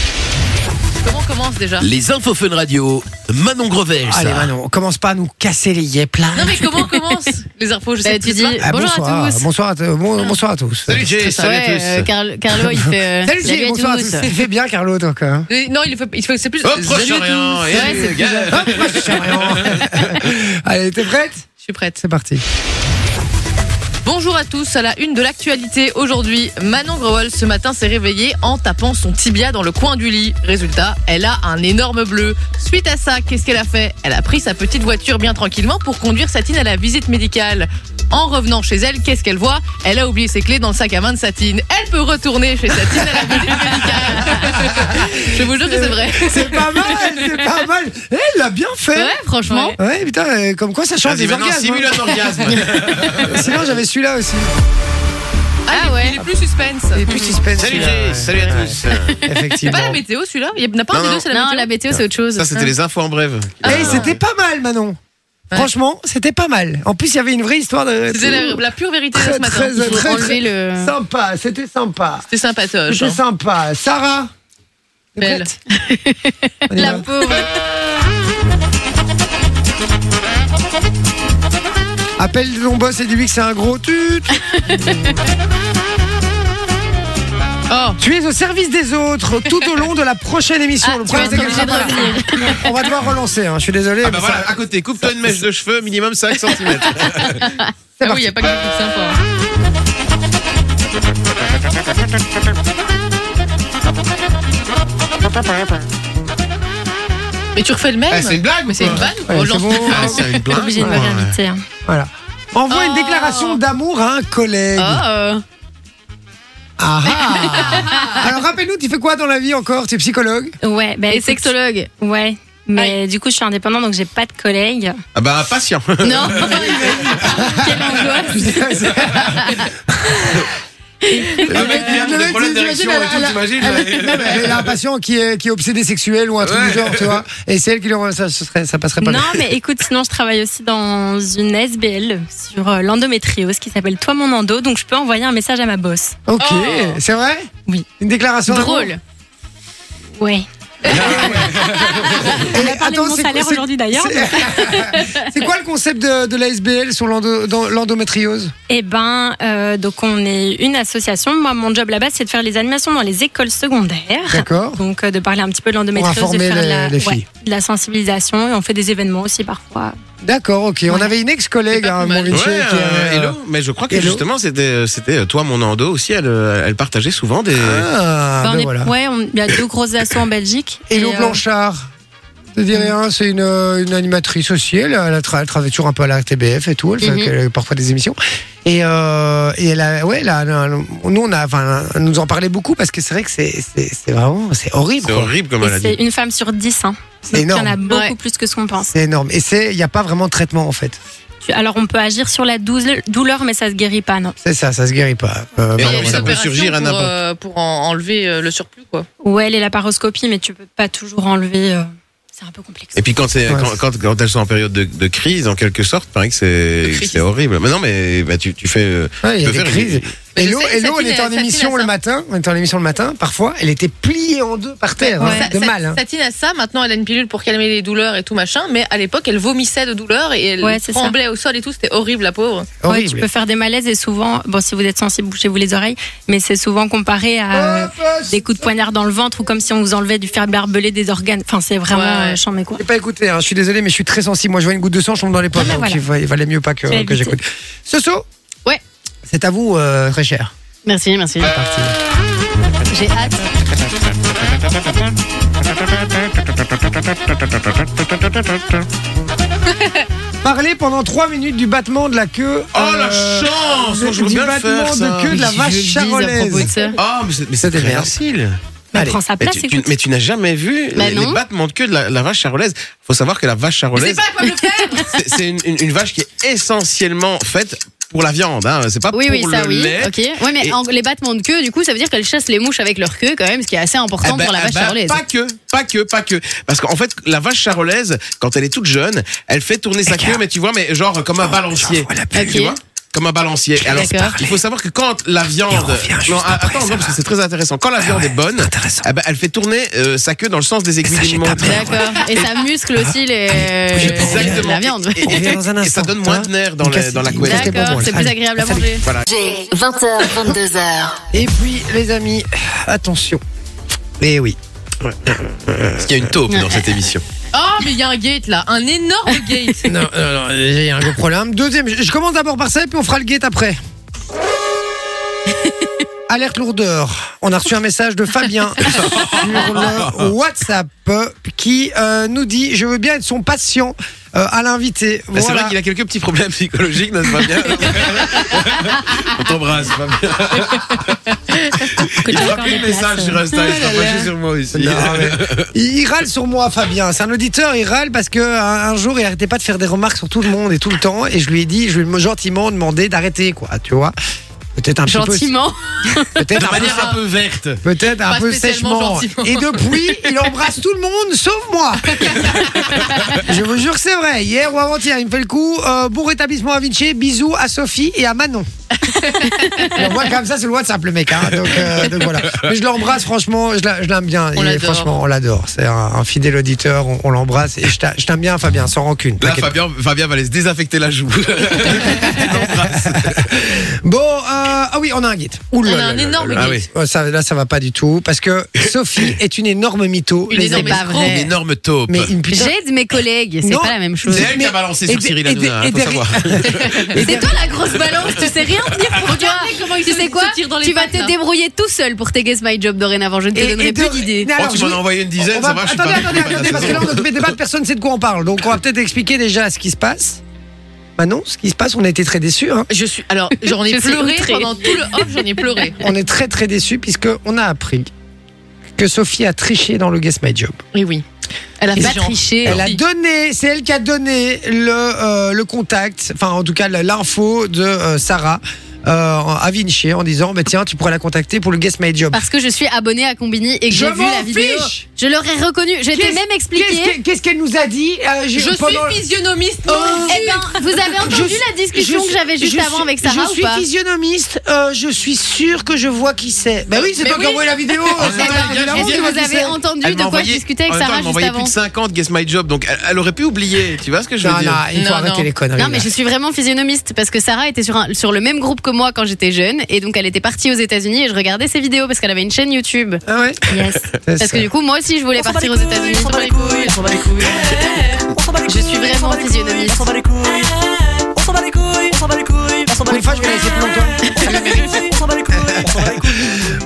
[SPEAKER 4] Comment on commence déjà
[SPEAKER 6] Les infos Fun Radio, Manon Grevel.
[SPEAKER 1] Allez, Manon, on commence pas à nous casser les yeux là.
[SPEAKER 4] Non, mais comment
[SPEAKER 2] [LAUGHS]
[SPEAKER 4] on commence Les infos, je sais
[SPEAKER 2] Bah, tu
[SPEAKER 4] plus.
[SPEAKER 2] dis
[SPEAKER 1] Ah,
[SPEAKER 2] bonjour
[SPEAKER 1] bonsoir,
[SPEAKER 2] à tous.
[SPEAKER 1] Bonsoir à, t- euh, bon- bonsoir à tous.
[SPEAKER 3] Salut Jay, salut à
[SPEAKER 2] Ouais,
[SPEAKER 3] tous.
[SPEAKER 2] euh, Car- Carlo, il fait. euh,
[SPEAKER 1] Salut, Gilles, bonsoir à tous. Tu fais bien, Carlo, toi, quoi. hein
[SPEAKER 4] Non, il faut, il faut c'est plus.
[SPEAKER 3] Hop, proche rien.
[SPEAKER 4] Salut à tous.
[SPEAKER 3] Et
[SPEAKER 2] Ouais, c'est
[SPEAKER 3] les gars.
[SPEAKER 1] Hop, moi, je suis [LAUGHS] rien. Allez, t'es prête
[SPEAKER 4] Je suis prête.
[SPEAKER 1] C'est parti.
[SPEAKER 4] Bonjour à tous, à la une de l'actualité aujourd'hui. Manon Grewal ce matin s'est réveillée en tapant son tibia dans le coin du lit. Résultat, elle a un énorme bleu. Suite à ça, qu'est-ce qu'elle a fait Elle a pris sa petite voiture bien tranquillement pour conduire Satine à la visite médicale. En revenant chez elle, qu'est-ce qu'elle voit Elle a oublié ses clés dans le sac à main de Satine. Elle peut retourner chez Satine à la visite
[SPEAKER 2] [LAUGHS]
[SPEAKER 4] médicale. Je vous jure que c'est vrai.
[SPEAKER 1] C'est pas mal, c'est pas [LAUGHS] mal. Eh, Elle l'a bien fait.
[SPEAKER 2] Ouais, franchement.
[SPEAKER 1] Ouais, putain, euh, comme quoi ça change des
[SPEAKER 3] Vas-y, maintenant,
[SPEAKER 1] orgasmes.
[SPEAKER 3] simule un orgasme.
[SPEAKER 4] [LAUGHS]
[SPEAKER 1] hein. Sinon, j'avais celui-là aussi.
[SPEAKER 2] Ah
[SPEAKER 4] Il
[SPEAKER 2] ouais.
[SPEAKER 4] est plus suspense.
[SPEAKER 1] Et plus suspense.
[SPEAKER 3] Salut
[SPEAKER 1] celui-là,
[SPEAKER 3] Jay,
[SPEAKER 1] ouais.
[SPEAKER 3] salut à
[SPEAKER 1] Ouais,
[SPEAKER 3] tous. [LAUGHS]
[SPEAKER 4] C'est
[SPEAKER 1] Effectivement.
[SPEAKER 4] pas la météo celui-là Il n'y en a pas un
[SPEAKER 3] Non,
[SPEAKER 4] des
[SPEAKER 3] non.
[SPEAKER 4] deux, c'est la
[SPEAKER 2] Non,
[SPEAKER 4] météo
[SPEAKER 2] la météo, c'est autre chose.
[SPEAKER 3] Ça, c'était les infos en brève.
[SPEAKER 1] Et c'était pas mal, Manon.
[SPEAKER 4] Ouais.
[SPEAKER 1] Franchement, c'était pas mal. En plus, il y avait une vraie histoire de.
[SPEAKER 4] C'était la, la pure vérité
[SPEAKER 1] Très,
[SPEAKER 4] ce matin.
[SPEAKER 1] très,
[SPEAKER 4] Il faut
[SPEAKER 1] très,
[SPEAKER 4] enlever-
[SPEAKER 2] Enlever le.
[SPEAKER 1] Sympa, c'était sympa.
[SPEAKER 4] C'était sympatoche.
[SPEAKER 1] C'était
[SPEAKER 4] hein.
[SPEAKER 1] sympa. Sarah t'es
[SPEAKER 4] Belle.
[SPEAKER 1] prête On y
[SPEAKER 2] La
[SPEAKER 1] va.
[SPEAKER 2] pauvre.
[SPEAKER 1] Appelle ton boss et dis-lui que c'est un gros tut.
[SPEAKER 4] Oh.
[SPEAKER 1] Tu es au service des autres tout au long de la prochaine émission.
[SPEAKER 2] Ah,
[SPEAKER 1] Le
[SPEAKER 2] tu
[SPEAKER 1] problème,
[SPEAKER 2] vas
[SPEAKER 1] c'est
[SPEAKER 2] être
[SPEAKER 1] qu'elle sera
[SPEAKER 2] obligé
[SPEAKER 1] pas là. On va devoir relancer, hein. je suis désolé.
[SPEAKER 3] Ah
[SPEAKER 1] mais
[SPEAKER 3] bah
[SPEAKER 1] ça-
[SPEAKER 3] voilà, à côté, coupe-toi une mèche de cheveux, minimum 5 cm.
[SPEAKER 4] Ah oui, il n'y a pas que des trucs sympas. hein. hein. Mais tu refais le même
[SPEAKER 3] [LAUGHS] Eh, c'est une blague
[SPEAKER 4] Mais c'est une
[SPEAKER 3] quoi
[SPEAKER 4] vanne
[SPEAKER 1] Ouais,
[SPEAKER 4] Oh,
[SPEAKER 1] c'est
[SPEAKER 4] lance-
[SPEAKER 1] bon.
[SPEAKER 3] Ah, c'est une blague
[SPEAKER 7] Obligé de
[SPEAKER 3] quoi.
[SPEAKER 7] me réinviter. hein.
[SPEAKER 1] Voilà. Envoie une
[SPEAKER 4] Oh.
[SPEAKER 1] déclaration d'amour à un collègue.
[SPEAKER 2] Oh, euh,
[SPEAKER 1] Ah ah. [LAUGHS] Alors rappelle-nous, tu fais quoi dans la vie encore Tu es psychologue
[SPEAKER 7] Ouais, bah,
[SPEAKER 2] Et
[SPEAKER 7] écoute,
[SPEAKER 4] [LAUGHS]
[SPEAKER 2] sexologue.
[SPEAKER 7] Ouais. Mais du coup, je suis indépendante, donc j'ai pas de collègues.
[SPEAKER 3] Ah bah, [LAUGHS] patient.
[SPEAKER 2] Non.
[SPEAKER 4] [LAUGHS]
[SPEAKER 3] Le mec qui a
[SPEAKER 1] Le mec,
[SPEAKER 3] des
[SPEAKER 1] t'imagines,
[SPEAKER 3] problèmes d'érection et
[SPEAKER 1] elle-
[SPEAKER 3] tout, t'imagines
[SPEAKER 1] Elle
[SPEAKER 3] ouais.
[SPEAKER 1] elle a un patient qui est, qui est obsédé sexuel ou un truc
[SPEAKER 3] Ouais.
[SPEAKER 1] du genre, tu vois. Et c'est elle qui lui envoie ça, ce serait- ça passerait pas
[SPEAKER 7] Non,
[SPEAKER 1] bien.
[SPEAKER 7] mais écoute, sinon je travaille aussi dans une SBL sur euh, l'endométriose qui s'appelle Toi mon endo, donc je peux envoyer un message à ma boss.
[SPEAKER 1] Ok,
[SPEAKER 4] Oh.
[SPEAKER 1] c'est vrai
[SPEAKER 7] Oui.
[SPEAKER 1] Une déclaration d'amour
[SPEAKER 2] Drôle.
[SPEAKER 7] Ouais.
[SPEAKER 1] Et
[SPEAKER 7] Parler de
[SPEAKER 1] attends,
[SPEAKER 7] mon
[SPEAKER 1] c'est-
[SPEAKER 7] salaire
[SPEAKER 1] c'est-
[SPEAKER 7] aujourd'hui d'ailleurs.
[SPEAKER 1] [LAUGHS] C'est quoi le concept de, de la SBL sur l'endo- dans l'endométriose
[SPEAKER 7] Eh ben, euh, donc on est une association. Moi, mon job là-bas, c'est de faire les animations dans les écoles secondaires.
[SPEAKER 1] D'accord
[SPEAKER 7] Donc, euh, de parler un petit peu de l'endométriose, de
[SPEAKER 1] informer
[SPEAKER 7] faire
[SPEAKER 1] les-
[SPEAKER 7] de la,
[SPEAKER 1] les filles.
[SPEAKER 7] de la sensibilisation. Et on fait des événements aussi parfois.
[SPEAKER 1] D'accord, ok. On avait une ex-collègue,
[SPEAKER 4] C'est pas
[SPEAKER 1] hein,
[SPEAKER 4] plus mal.
[SPEAKER 1] mon Vinci,
[SPEAKER 3] Ouais,
[SPEAKER 1] qui
[SPEAKER 3] euh,
[SPEAKER 1] euh,
[SPEAKER 3] Hello, mais je crois que
[SPEAKER 1] Hello.
[SPEAKER 3] justement c'était euh, c'était toi mon endo aussi elle euh, elle partageait souvent des
[SPEAKER 1] Ah,
[SPEAKER 7] Enfin, Bah, on
[SPEAKER 1] ben
[SPEAKER 7] est-
[SPEAKER 1] voilà.
[SPEAKER 7] Ouais, on- il y a deux grosses assos en Belgique.
[SPEAKER 1] Hello
[SPEAKER 7] euh,
[SPEAKER 1] Blanchard. Je dirais, hein, c'est une, euh, une animatrice aussi. Elle, elle, a tra- elle travaille toujours un peu à la TBF et tout. Elle fait
[SPEAKER 7] Mhm.
[SPEAKER 1] elle a parfois des émissions. Et, euh, et elle a, ouais, elle a- elle a- nous, on a, enfin, elle nous en parlait beaucoup parce que c'est vrai que c'est, c'est, c'est vraiment, c'est horrible.
[SPEAKER 3] C'est
[SPEAKER 1] quoi.
[SPEAKER 3] horrible comme
[SPEAKER 7] Et
[SPEAKER 3] maladie.
[SPEAKER 7] c'est une femme sur dix. Hein.
[SPEAKER 1] C'est
[SPEAKER 7] Donc il y en
[SPEAKER 1] énorme.
[SPEAKER 7] a beaucoup
[SPEAKER 2] Ouais.
[SPEAKER 7] plus que ce qu'on pense.
[SPEAKER 1] C'est énorme. Et c'est, il n'y a pas vraiment de traitement en fait.
[SPEAKER 7] Tu- Alors on peut agir sur la doule- douleur, mais ça se guérit pas, non
[SPEAKER 1] C'est ça, ça se guérit pas. Euh,
[SPEAKER 3] Et
[SPEAKER 4] Il y
[SPEAKER 3] non,
[SPEAKER 4] a
[SPEAKER 3] mais
[SPEAKER 4] des
[SPEAKER 3] ça peut
[SPEAKER 4] opérations
[SPEAKER 3] surgir à
[SPEAKER 4] pour,
[SPEAKER 3] n'importe-
[SPEAKER 4] euh, pour en- enlever euh, le surplus, quoi.
[SPEAKER 7] Ouais, les laparoscopies, mais tu peux pas toujours enlever. euh, C'est un peu complexe.
[SPEAKER 3] Et puis quand, c'est
[SPEAKER 1] Ouais.
[SPEAKER 3] quand, quand, quand elles sont en période de, de crise, en quelque sorte, pareil que c'est,
[SPEAKER 4] De crise.
[SPEAKER 3] c'est horrible. Mais non, mais bah, tu, tu fais. euh,
[SPEAKER 1] ouais, il y a
[SPEAKER 3] tu
[SPEAKER 1] des
[SPEAKER 3] peux faire
[SPEAKER 1] crises.
[SPEAKER 3] une-
[SPEAKER 4] Mais
[SPEAKER 1] Hello,
[SPEAKER 4] je sais,
[SPEAKER 1] hello, on
[SPEAKER 4] Satine,
[SPEAKER 1] était en
[SPEAKER 4] Satine,
[SPEAKER 1] émission
[SPEAKER 4] elle
[SPEAKER 1] le
[SPEAKER 4] s'a-
[SPEAKER 1] matin. On était en émission le matin. Parfois, elle était pliée en deux par terre,
[SPEAKER 4] Ouais.
[SPEAKER 1] hein,
[SPEAKER 4] Sa-
[SPEAKER 1] de
[SPEAKER 4] Sa-
[SPEAKER 1] mal. hein.
[SPEAKER 4] Satine a ça, maintenant elle a une pilule pour calmer les douleurs et tout machin, mais à l'époque elle vomissait de douleur et elle
[SPEAKER 7] Ouais, c'est ça.
[SPEAKER 4] tremblait au sol et tout, c'était horrible la pauvre.
[SPEAKER 7] Ouais,
[SPEAKER 1] Horrible.
[SPEAKER 7] tu peux faire des malaises et souvent, bon, si vous êtes sensible, bouchez-vous les oreilles, mais c'est souvent comparé à euh, des coups de poignard dans le ventre ou comme si on vous enlevait du fer barbelé des organes. Enfin, c'est vraiment
[SPEAKER 4] Ouais.
[SPEAKER 7] euh, chambé, quoi.
[SPEAKER 1] J'ai pas écouté, hein, je suis désolé, mais je suis très sensible. Moi, je vois une goutte de sang, je tombe dans les pommes.
[SPEAKER 7] Ah, ben
[SPEAKER 1] donc il va- il valait mieux pas
[SPEAKER 7] Tu as
[SPEAKER 1] que, que
[SPEAKER 7] évité.
[SPEAKER 1] j'écoute. Soso
[SPEAKER 2] Ouais.
[SPEAKER 1] C'est à vous, euh, très cher.
[SPEAKER 2] Merci,
[SPEAKER 1] C'est
[SPEAKER 2] merci.
[SPEAKER 1] parti.
[SPEAKER 2] J'ai hâte.
[SPEAKER 1] [LAUGHS] Parlez pendant 3 minutes du battement de la queue.
[SPEAKER 3] Oh la
[SPEAKER 1] euh,
[SPEAKER 3] chance
[SPEAKER 1] du-
[SPEAKER 3] Je veux
[SPEAKER 1] Du
[SPEAKER 3] bien le
[SPEAKER 1] battement
[SPEAKER 3] faire ça.
[SPEAKER 1] de queue de la
[SPEAKER 2] Je le
[SPEAKER 1] vache
[SPEAKER 2] dis à propos de
[SPEAKER 1] charolaise.
[SPEAKER 2] ça.
[SPEAKER 3] Ah, mais c'est, mais c'est
[SPEAKER 1] Ça
[SPEAKER 3] très
[SPEAKER 1] démerde.
[SPEAKER 3] facile.
[SPEAKER 7] Mais
[SPEAKER 1] Allez.
[SPEAKER 7] prends sa
[SPEAKER 3] Mais
[SPEAKER 7] place,
[SPEAKER 3] tu, tu-
[SPEAKER 7] écoute.
[SPEAKER 3] mais tu n'as jamais vu
[SPEAKER 2] Bah
[SPEAKER 3] les,
[SPEAKER 2] non.
[SPEAKER 3] les battements de queue de la, la vache charolaise. Faut savoir que la vache
[SPEAKER 4] C'est
[SPEAKER 3] charolaise,
[SPEAKER 4] pas quoi le faire
[SPEAKER 3] [LAUGHS] c'est, c'est une, une- une vache qui est essentiellement faite pour la viande. Hein. C'est pas
[SPEAKER 2] Oui,
[SPEAKER 3] pour
[SPEAKER 2] oui, ça
[SPEAKER 3] le
[SPEAKER 2] oui.
[SPEAKER 3] lait.
[SPEAKER 2] Ok. Ouais, mais
[SPEAKER 3] Et-
[SPEAKER 2] en- les battements de queue, du coup, ça veut dire qu'elles chassent les mouches avec leur queue quand même, ce qui est assez important
[SPEAKER 3] Eh ben,
[SPEAKER 2] pour la
[SPEAKER 3] eh
[SPEAKER 2] vache
[SPEAKER 3] ben,
[SPEAKER 2] charolaise.
[SPEAKER 3] Pas que, pas que, pas que. Parce qu'en fait, la vache charolaise, quand elle est toute jeune, elle fait tourner sa queue, mais tu vois, mais genre comme un balancier. Tu vois comme un balancier. Alors,
[SPEAKER 2] D'accord.
[SPEAKER 3] il faut savoir que quand la viande, non, attends, non, parce que c'est très intéressant. Quand la
[SPEAKER 1] Ah
[SPEAKER 3] viande est bonne, eh ben, elle fait tourner euh, sa queue dans le sens des aiguilles d'une montre.
[SPEAKER 2] D'accord. Et ça muscle aussi
[SPEAKER 3] [LAUGHS]
[SPEAKER 2] les...
[SPEAKER 3] Exactement.
[SPEAKER 2] la viande.
[SPEAKER 3] Et, et-
[SPEAKER 1] On revient dans un
[SPEAKER 3] et
[SPEAKER 1] instant.
[SPEAKER 3] ça
[SPEAKER 1] hein.
[SPEAKER 3] donne moins de nerfs dans,
[SPEAKER 1] Une
[SPEAKER 3] la- dans la
[SPEAKER 1] cassette.
[SPEAKER 3] couette.
[SPEAKER 1] C'était bon pour
[SPEAKER 2] D'accord,
[SPEAKER 1] elle.
[SPEAKER 2] c'est plus
[SPEAKER 1] Allez,
[SPEAKER 2] agréable à
[SPEAKER 1] salut.
[SPEAKER 2] manger.
[SPEAKER 3] Voilà.
[SPEAKER 8] Jay, 20h, 22h.
[SPEAKER 1] Et puis, les amis, attention. Eh oui.
[SPEAKER 3] Parce qu'il y a une taupe dans cette émission.
[SPEAKER 4] Oh, mais il y a un gate là, un énorme
[SPEAKER 2] [LAUGHS]
[SPEAKER 4] gate
[SPEAKER 1] [LAUGHS] Non, non, non, j'ai un gros problème. Deuxième, je je commence d'abord par ça et puis on fera le guet
[SPEAKER 3] [LAUGHS]
[SPEAKER 1] après. Alerte lourdeur. On a reçu un message de
[SPEAKER 3] [LAUGHS]
[SPEAKER 1] Fabien sur le WhatsApp qui euh, nous dit Je veux bien être son patient euh, à l'invité.
[SPEAKER 3] Bah, C'est
[SPEAKER 1] Voilà.
[SPEAKER 3] vrai qu'il a quelques petits problèmes psychologiques, n'est-ce pas bien [LAUGHS] On t'embrasse, pas
[SPEAKER 1] [LAUGHS]
[SPEAKER 3] bien.
[SPEAKER 7] que
[SPEAKER 3] Il
[SPEAKER 7] tu as
[SPEAKER 3] fera
[SPEAKER 7] encore
[SPEAKER 3] plus
[SPEAKER 7] des
[SPEAKER 3] de messages
[SPEAKER 7] places.
[SPEAKER 3] sur Insta, il sera pas juste sur moi ici.
[SPEAKER 1] Oh Non, mais il il râle sur moi, Fabien. C'est un auditeur, il râle parce que un, un jour, il arrêtait pas de faire des remarques sur tout le monde et tout le temps. Et je lui ai dit, je lui ai gentiment demandé d'arrêter, quoi. Tu vois Peut-être un petit peu.
[SPEAKER 2] Gentiment.
[SPEAKER 1] Peut-être
[SPEAKER 3] De
[SPEAKER 1] un peu
[SPEAKER 3] manière un peu verte.
[SPEAKER 1] Peut-être un
[SPEAKER 4] Pas
[SPEAKER 1] peu
[SPEAKER 4] spécialement
[SPEAKER 1] sèchement. Et depuis, il embrasse tout le monde, sauf
[SPEAKER 4] [LAUGHS]
[SPEAKER 1] moi. Je vous jure que c'est vrai. Hier ou avant-hier, il me fait le coup. Euh, bon rétablissement à Vinci, bisous à Sophie et à Manon.
[SPEAKER 4] [LAUGHS]
[SPEAKER 1] On voit comme ça sur le WhatsApp, le mec. hein. Donc, euh, donc voilà. Mais je l'embrasse, franchement, je la- je l'aime bien.
[SPEAKER 4] On
[SPEAKER 1] Et
[SPEAKER 4] l'adore.
[SPEAKER 1] franchement, on l'adore. C'est un, un fidèle auditeur, on, on l'embrasse. Et je t'a- je t'aime bien, Fabien, sans rancune.
[SPEAKER 3] Là,
[SPEAKER 1] t'inquiète pas.
[SPEAKER 3] Fabien, Fabien va aller se désaffecter la joue.
[SPEAKER 1] Bon, euh, ah oui, on a un guide. Oula.
[SPEAKER 4] On a un énorme
[SPEAKER 3] Ah
[SPEAKER 4] gate.
[SPEAKER 3] oui.
[SPEAKER 1] Ouais, Oh, ça- là, ça va pas du tout. Parce que Sophie est une énorme mytho.
[SPEAKER 4] Une
[SPEAKER 1] les
[SPEAKER 4] énorme
[SPEAKER 1] amis.
[SPEAKER 2] pas
[SPEAKER 4] escroc.
[SPEAKER 2] vrai.
[SPEAKER 3] Une énorme taupe.
[SPEAKER 1] Eh. Mais une putain
[SPEAKER 2] J'aide mes collègues, c'est
[SPEAKER 1] Non.
[SPEAKER 2] pas la même chose.
[SPEAKER 3] C'est elle qui
[SPEAKER 1] Mais-
[SPEAKER 3] a balancé
[SPEAKER 1] et
[SPEAKER 3] sur
[SPEAKER 1] des-
[SPEAKER 3] Cyril
[SPEAKER 1] et des-
[SPEAKER 3] Hanouna,
[SPEAKER 1] et
[SPEAKER 3] hein, faut
[SPEAKER 1] des-
[SPEAKER 3] savoir.
[SPEAKER 2] C'est toi [LAUGHS] la grosse balance, tu sais rien dire pour toi.
[SPEAKER 4] comment il
[SPEAKER 2] Tu
[SPEAKER 4] se-
[SPEAKER 2] sais
[SPEAKER 4] se
[SPEAKER 2] quoi
[SPEAKER 4] tire dans les
[SPEAKER 2] Tu vas
[SPEAKER 4] pattes,
[SPEAKER 2] te
[SPEAKER 4] là.
[SPEAKER 2] débrouiller tout seul pour tes Guess My Job dorénavant, je ne te donnerai
[SPEAKER 1] de-
[SPEAKER 2] plus d'idées.
[SPEAKER 1] Mais
[SPEAKER 3] Oh,
[SPEAKER 1] alors,
[SPEAKER 3] tu
[SPEAKER 1] je-
[SPEAKER 3] m'en as envoyé une dizaine,
[SPEAKER 1] on va-
[SPEAKER 3] ça va, je suis
[SPEAKER 1] attendez,
[SPEAKER 3] pas-
[SPEAKER 1] attendez, attendez, parce que là, on occupé des balles, personne ne sait de quoi on parle. Donc, on va peut-être expliquer déjà ce qui se passe. Bah non, ce qui se passe, on a été très déçus. hein.
[SPEAKER 4] Je suis, alors j'en
[SPEAKER 2] [LAUGHS]
[SPEAKER 4] ai
[SPEAKER 2] Je suis
[SPEAKER 4] pleuré
[SPEAKER 2] outrée.
[SPEAKER 4] pendant tout le off, j'en ai pleuré.
[SPEAKER 1] On est très très déçus puisqu'on a appris que Sophie a triché dans le Guess My Job.
[SPEAKER 4] Oui, Eh oui. Elle a
[SPEAKER 2] Pas
[SPEAKER 4] fait genre.
[SPEAKER 2] tricher.
[SPEAKER 1] Elle a donné, c'est elle qui a donné le, euh, le contact, enfin en tout cas l'info de euh, Sarah euh, à Vinci en disant bah, tiens, tu pourrais la contacter pour le Guess My Job.
[SPEAKER 2] Parce que je suis abonnée à Combini Ah, et que
[SPEAKER 1] Je
[SPEAKER 2] j'ai vu
[SPEAKER 1] m'en
[SPEAKER 2] la vidéo.
[SPEAKER 1] fiche.
[SPEAKER 2] Je l'aurais reconnu. Je t'ai
[SPEAKER 1] Qu'est-ce-
[SPEAKER 2] même
[SPEAKER 1] Qu'est-ce
[SPEAKER 2] expliqué.
[SPEAKER 1] qu'elle- qu'est-ce qu'elle nous a dit Euh, j'ai-
[SPEAKER 4] Je
[SPEAKER 1] pendant-
[SPEAKER 4] suis physionomiste.
[SPEAKER 1] Oh.
[SPEAKER 2] Eh ben, vous avez entendu
[SPEAKER 1] suis-
[SPEAKER 2] la discussion
[SPEAKER 1] je
[SPEAKER 2] que j'avais
[SPEAKER 1] suis-
[SPEAKER 2] juste
[SPEAKER 1] je
[SPEAKER 2] avant
[SPEAKER 1] suis-
[SPEAKER 2] avec Sarah
[SPEAKER 1] Je
[SPEAKER 2] ou
[SPEAKER 1] suis
[SPEAKER 2] pas
[SPEAKER 1] physionomiste, euh, je suis sûr que je vois qui c'est. Bah oui, c'est
[SPEAKER 4] Mais
[SPEAKER 1] toi qui as
[SPEAKER 4] oui.
[SPEAKER 1] envoyé la
[SPEAKER 2] [LAUGHS]
[SPEAKER 1] vidéo. c'est toi qui as
[SPEAKER 3] gars,
[SPEAKER 1] envoyé
[SPEAKER 2] Eh ben, Est-ce
[SPEAKER 1] la
[SPEAKER 2] que
[SPEAKER 1] vidéo,
[SPEAKER 2] vous
[SPEAKER 1] qui
[SPEAKER 2] avez
[SPEAKER 1] c'est.
[SPEAKER 2] entendu
[SPEAKER 3] Elle
[SPEAKER 2] de quoi
[SPEAKER 3] m'a
[SPEAKER 2] je
[SPEAKER 3] envoyé-
[SPEAKER 2] discutais
[SPEAKER 3] en
[SPEAKER 2] avec
[SPEAKER 3] même temps,
[SPEAKER 2] Sarah
[SPEAKER 3] elle m'a
[SPEAKER 2] juste
[SPEAKER 3] envoyé plus
[SPEAKER 2] avant
[SPEAKER 3] de 50 Guess My Job, donc elle, elle aurait pu oublier, tu vois ce que je veux
[SPEAKER 1] Non, non,
[SPEAKER 3] dire
[SPEAKER 1] il faut
[SPEAKER 4] Non,
[SPEAKER 1] arrêter
[SPEAKER 4] non.
[SPEAKER 1] les conneries.
[SPEAKER 2] Non, mais
[SPEAKER 1] là.
[SPEAKER 2] je suis vraiment physionomiste parce que Sarah était sur, un- sur le même groupe que moi quand j'étais jeune et donc elle était partie aux États-Unis et je regardais ses vidéos parce qu'elle avait une chaîne YouTube.
[SPEAKER 1] Ah ouais
[SPEAKER 7] Yes.
[SPEAKER 2] Parce que du coup, moi aussi, je voulais partir aux États-Unis. On s'en bat les couilles, on s'en bat les couilles. Je suis vraiment physionomiste. [LAUGHS]
[SPEAKER 1] Pour une fois, je vais la laisser plus longtemps.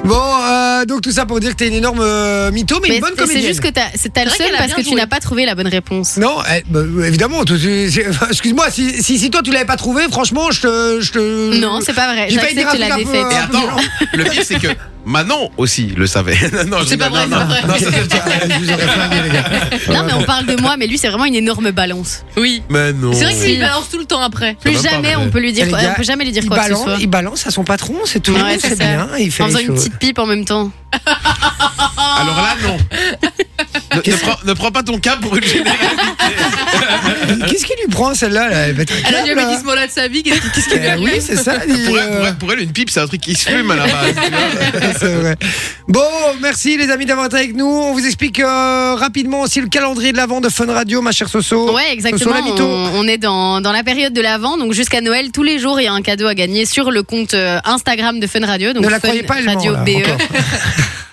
[SPEAKER 1] Bon, euh, donc tout ça pour dire que t'es une énorme euh, mytho, mais,
[SPEAKER 2] Mais
[SPEAKER 1] une bonne
[SPEAKER 2] c'est- c'est
[SPEAKER 1] comédienne.
[SPEAKER 2] juste que t'as c'est- t'as le
[SPEAKER 4] C'est vrai
[SPEAKER 2] seul
[SPEAKER 4] qu'elle a
[SPEAKER 2] parce
[SPEAKER 4] bien
[SPEAKER 2] que tu
[SPEAKER 4] joué.
[SPEAKER 2] n'as pas trouvé la bonne réponse.
[SPEAKER 1] Non, eh, bah, évidemment. tu- tu- c'est- enfin, Excuse-moi, si, si, si toi tu l'avais pas trouvé, franchement, je te. je te-
[SPEAKER 2] Non, c'est Mm. pas vrai.
[SPEAKER 1] J'ai failli dire
[SPEAKER 2] J'accepte
[SPEAKER 1] un
[SPEAKER 2] la
[SPEAKER 1] truc un peu,
[SPEAKER 2] défaite.
[SPEAKER 1] euh,
[SPEAKER 3] Et attends, le pire c'est que Manon aussi le savait. [LAUGHS] non, je
[SPEAKER 4] C'est pas
[SPEAKER 3] rigole,
[SPEAKER 4] vrai,
[SPEAKER 3] non, non,
[SPEAKER 4] c'est pas
[SPEAKER 3] non,
[SPEAKER 1] [LAUGHS]
[SPEAKER 3] c'est-
[SPEAKER 1] Je vous aurais flingué, les gars.
[SPEAKER 2] Non, mais on parle de moi, mais lui, c'est vraiment une énorme balance.
[SPEAKER 4] Oui.
[SPEAKER 3] Mais non.
[SPEAKER 4] C'est vrai
[SPEAKER 2] Si.
[SPEAKER 4] qu'il balance tout le temps après.
[SPEAKER 2] Plus
[SPEAKER 3] même pas
[SPEAKER 2] jamais
[SPEAKER 3] vrai.
[SPEAKER 2] on peut lui
[SPEAKER 1] Et
[SPEAKER 2] dire
[SPEAKER 1] les
[SPEAKER 2] quoi,
[SPEAKER 1] gars,
[SPEAKER 2] on peut jamais lui dire
[SPEAKER 1] il
[SPEAKER 2] quoi que ce
[SPEAKER 1] balance,
[SPEAKER 2] soit.
[SPEAKER 1] il balance à son patron, c'est tout.
[SPEAKER 2] Ouais, c'est
[SPEAKER 1] c'est
[SPEAKER 2] ça.
[SPEAKER 1] bien. Il fait
[SPEAKER 2] En
[SPEAKER 1] les
[SPEAKER 2] faisant une
[SPEAKER 1] choses.
[SPEAKER 2] petite pipe en même temps.
[SPEAKER 3] Alors là non. Ne, ne prends, ne prends pas ton cas pour une générale.
[SPEAKER 1] [LAUGHS] Qu'est-ce qui lui prend celle-là là Elle va
[SPEAKER 2] [LAUGHS]
[SPEAKER 1] être
[SPEAKER 4] Elle a
[SPEAKER 1] câble,
[SPEAKER 4] jamais
[SPEAKER 1] là.
[SPEAKER 4] dit ce mot-là de sa vie. Qu'est-ce qui- qu'est-ce qui lui
[SPEAKER 1] Eh Oui,
[SPEAKER 4] arrive
[SPEAKER 1] c'est ça. il,
[SPEAKER 3] Pour elle,
[SPEAKER 1] euh,
[SPEAKER 3] pour elle- pour elle, une pipe c'est un truc qui se fume à
[SPEAKER 1] [LAUGHS]
[SPEAKER 3] la base.
[SPEAKER 1] C'est vrai. Bon, merci les amis d'avoir été avec nous. On vous explique euh, rapidement aussi le calendrier de l'avant de Fun Radio, ma chère Soso.
[SPEAKER 2] Ouais, exactement.
[SPEAKER 1] la mytho.
[SPEAKER 2] On, on est dans, dans la période de l'avant, donc jusqu'à Noël, tous les jours, il y a un cadeau à gagner sur le compte euh, Instagram de Fun Radio. Donc
[SPEAKER 1] ne la
[SPEAKER 2] Fun
[SPEAKER 1] croyez pas, elle
[SPEAKER 2] Radio E.
[SPEAKER 1] ment, là,
[SPEAKER 2] DE.
[SPEAKER 1] encore.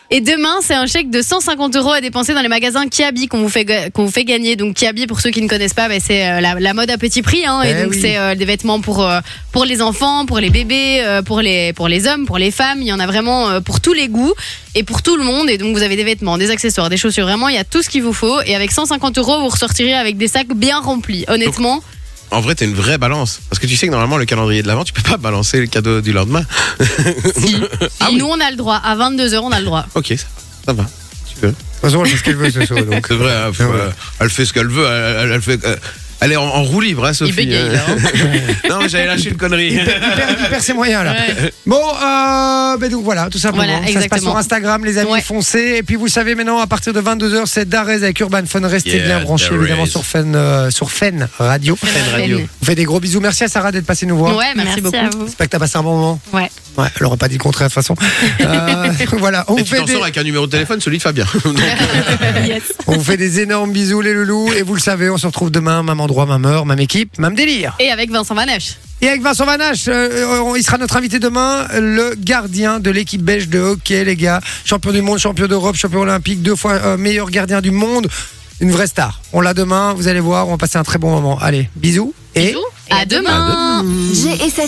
[SPEAKER 2] Et demain, c'est un chèque de 150 euros à dépenser dans les magasins Kiabi qu'on vous fait ga- qu'on vous fait gagner. Donc Kiabi, pour ceux qui ne connaissent pas, bah, c'est euh, la, la mode à petit prix. Hein, et
[SPEAKER 1] Eh
[SPEAKER 2] donc
[SPEAKER 1] oui.
[SPEAKER 2] c'est euh, des vêtements pour euh, pour les enfants, pour les bébés, euh, pour les pour les hommes, pour les femmes. Il y en a vraiment euh, pour tous les goûts et pour tout le monde. Et donc vous avez des vêtements, des accessoires, des chaussures. Vraiment, il y a tout ce qu'il vous faut. Et avec 150 euros, vous ressortirez avec des sacs bien remplis. Honnêtement.
[SPEAKER 3] En vrai, t'es une vraie balance. Parce que tu sais que normalement, le calendrier de l'avant, tu peux pas balancer le cadeau du lendemain.
[SPEAKER 1] ah
[SPEAKER 2] Et Nous, on a le droit. À 22h, on a le droit.
[SPEAKER 3] Ok, ça, ça va. Tu peux.
[SPEAKER 1] De toute façon, elle fait ce qu'elle veut, Soso. Donc.
[SPEAKER 3] C'est vrai, elle,
[SPEAKER 1] Ah Ouais.
[SPEAKER 3] euh, elle fait ce qu'elle veut. Elle, elle- elle fait, euh, elle est en, en roue libre, hein, Sophie.
[SPEAKER 4] Il bégaye, là,
[SPEAKER 3] Euh, [LAUGHS] non, mais j'avais lâché une connerie.
[SPEAKER 1] Il perd, il perd ses moyens là. Bon, euh, ben donc voilà, tout simplement.
[SPEAKER 2] Voilà,
[SPEAKER 1] ça se passe
[SPEAKER 2] exactement.
[SPEAKER 1] sur Instagram, les amis,
[SPEAKER 2] Ouais.
[SPEAKER 1] foncez. Et puis vous le savez maintenant, à partir de 22h, c'est Darez avec Urban Fun. Restez
[SPEAKER 3] Yeah,
[SPEAKER 1] bien branchés,
[SPEAKER 3] Darez.
[SPEAKER 1] évidemment, sur Fun, euh, sur Fun Radio.
[SPEAKER 3] Fun Radio.
[SPEAKER 1] On fait des gros bisous. Merci à Sarah d'être passée nous voir.
[SPEAKER 2] Ouais, merci, beaucoup.
[SPEAKER 7] à vous.
[SPEAKER 1] J'espère que t'as passé un bon moment.
[SPEAKER 7] Ouais.
[SPEAKER 1] Ouais, elle aurait pas dit le contraire de
[SPEAKER 2] [LAUGHS]
[SPEAKER 1] toute façon. Euh, voilà, on
[SPEAKER 3] Et
[SPEAKER 1] vous
[SPEAKER 3] tu
[SPEAKER 1] fait
[SPEAKER 3] t'en
[SPEAKER 1] des,
[SPEAKER 3] sors avec un numéro de téléphone, celui de Fabien. [LAUGHS] Donc,
[SPEAKER 7] Yes.
[SPEAKER 1] on vous fait des énormes bisous les loulous. Et vous le savez, on se retrouve demain, même endroit, même heure, même équipe, même délire.
[SPEAKER 2] Et avec Vincent Vanache.
[SPEAKER 1] Et avec Vincent Vanache, euh, on- il sera notre invité demain, le gardien de l'équipe belge de hockey, les gars. Champion du monde, champion d'Europe, champion olympique, deux fois euh, meilleur gardien du monde. Une vraie star. On l'a demain, vous allez voir, on va passer un très bon moment. Allez, bisous et...
[SPEAKER 2] À demain.
[SPEAKER 8] Jay et sa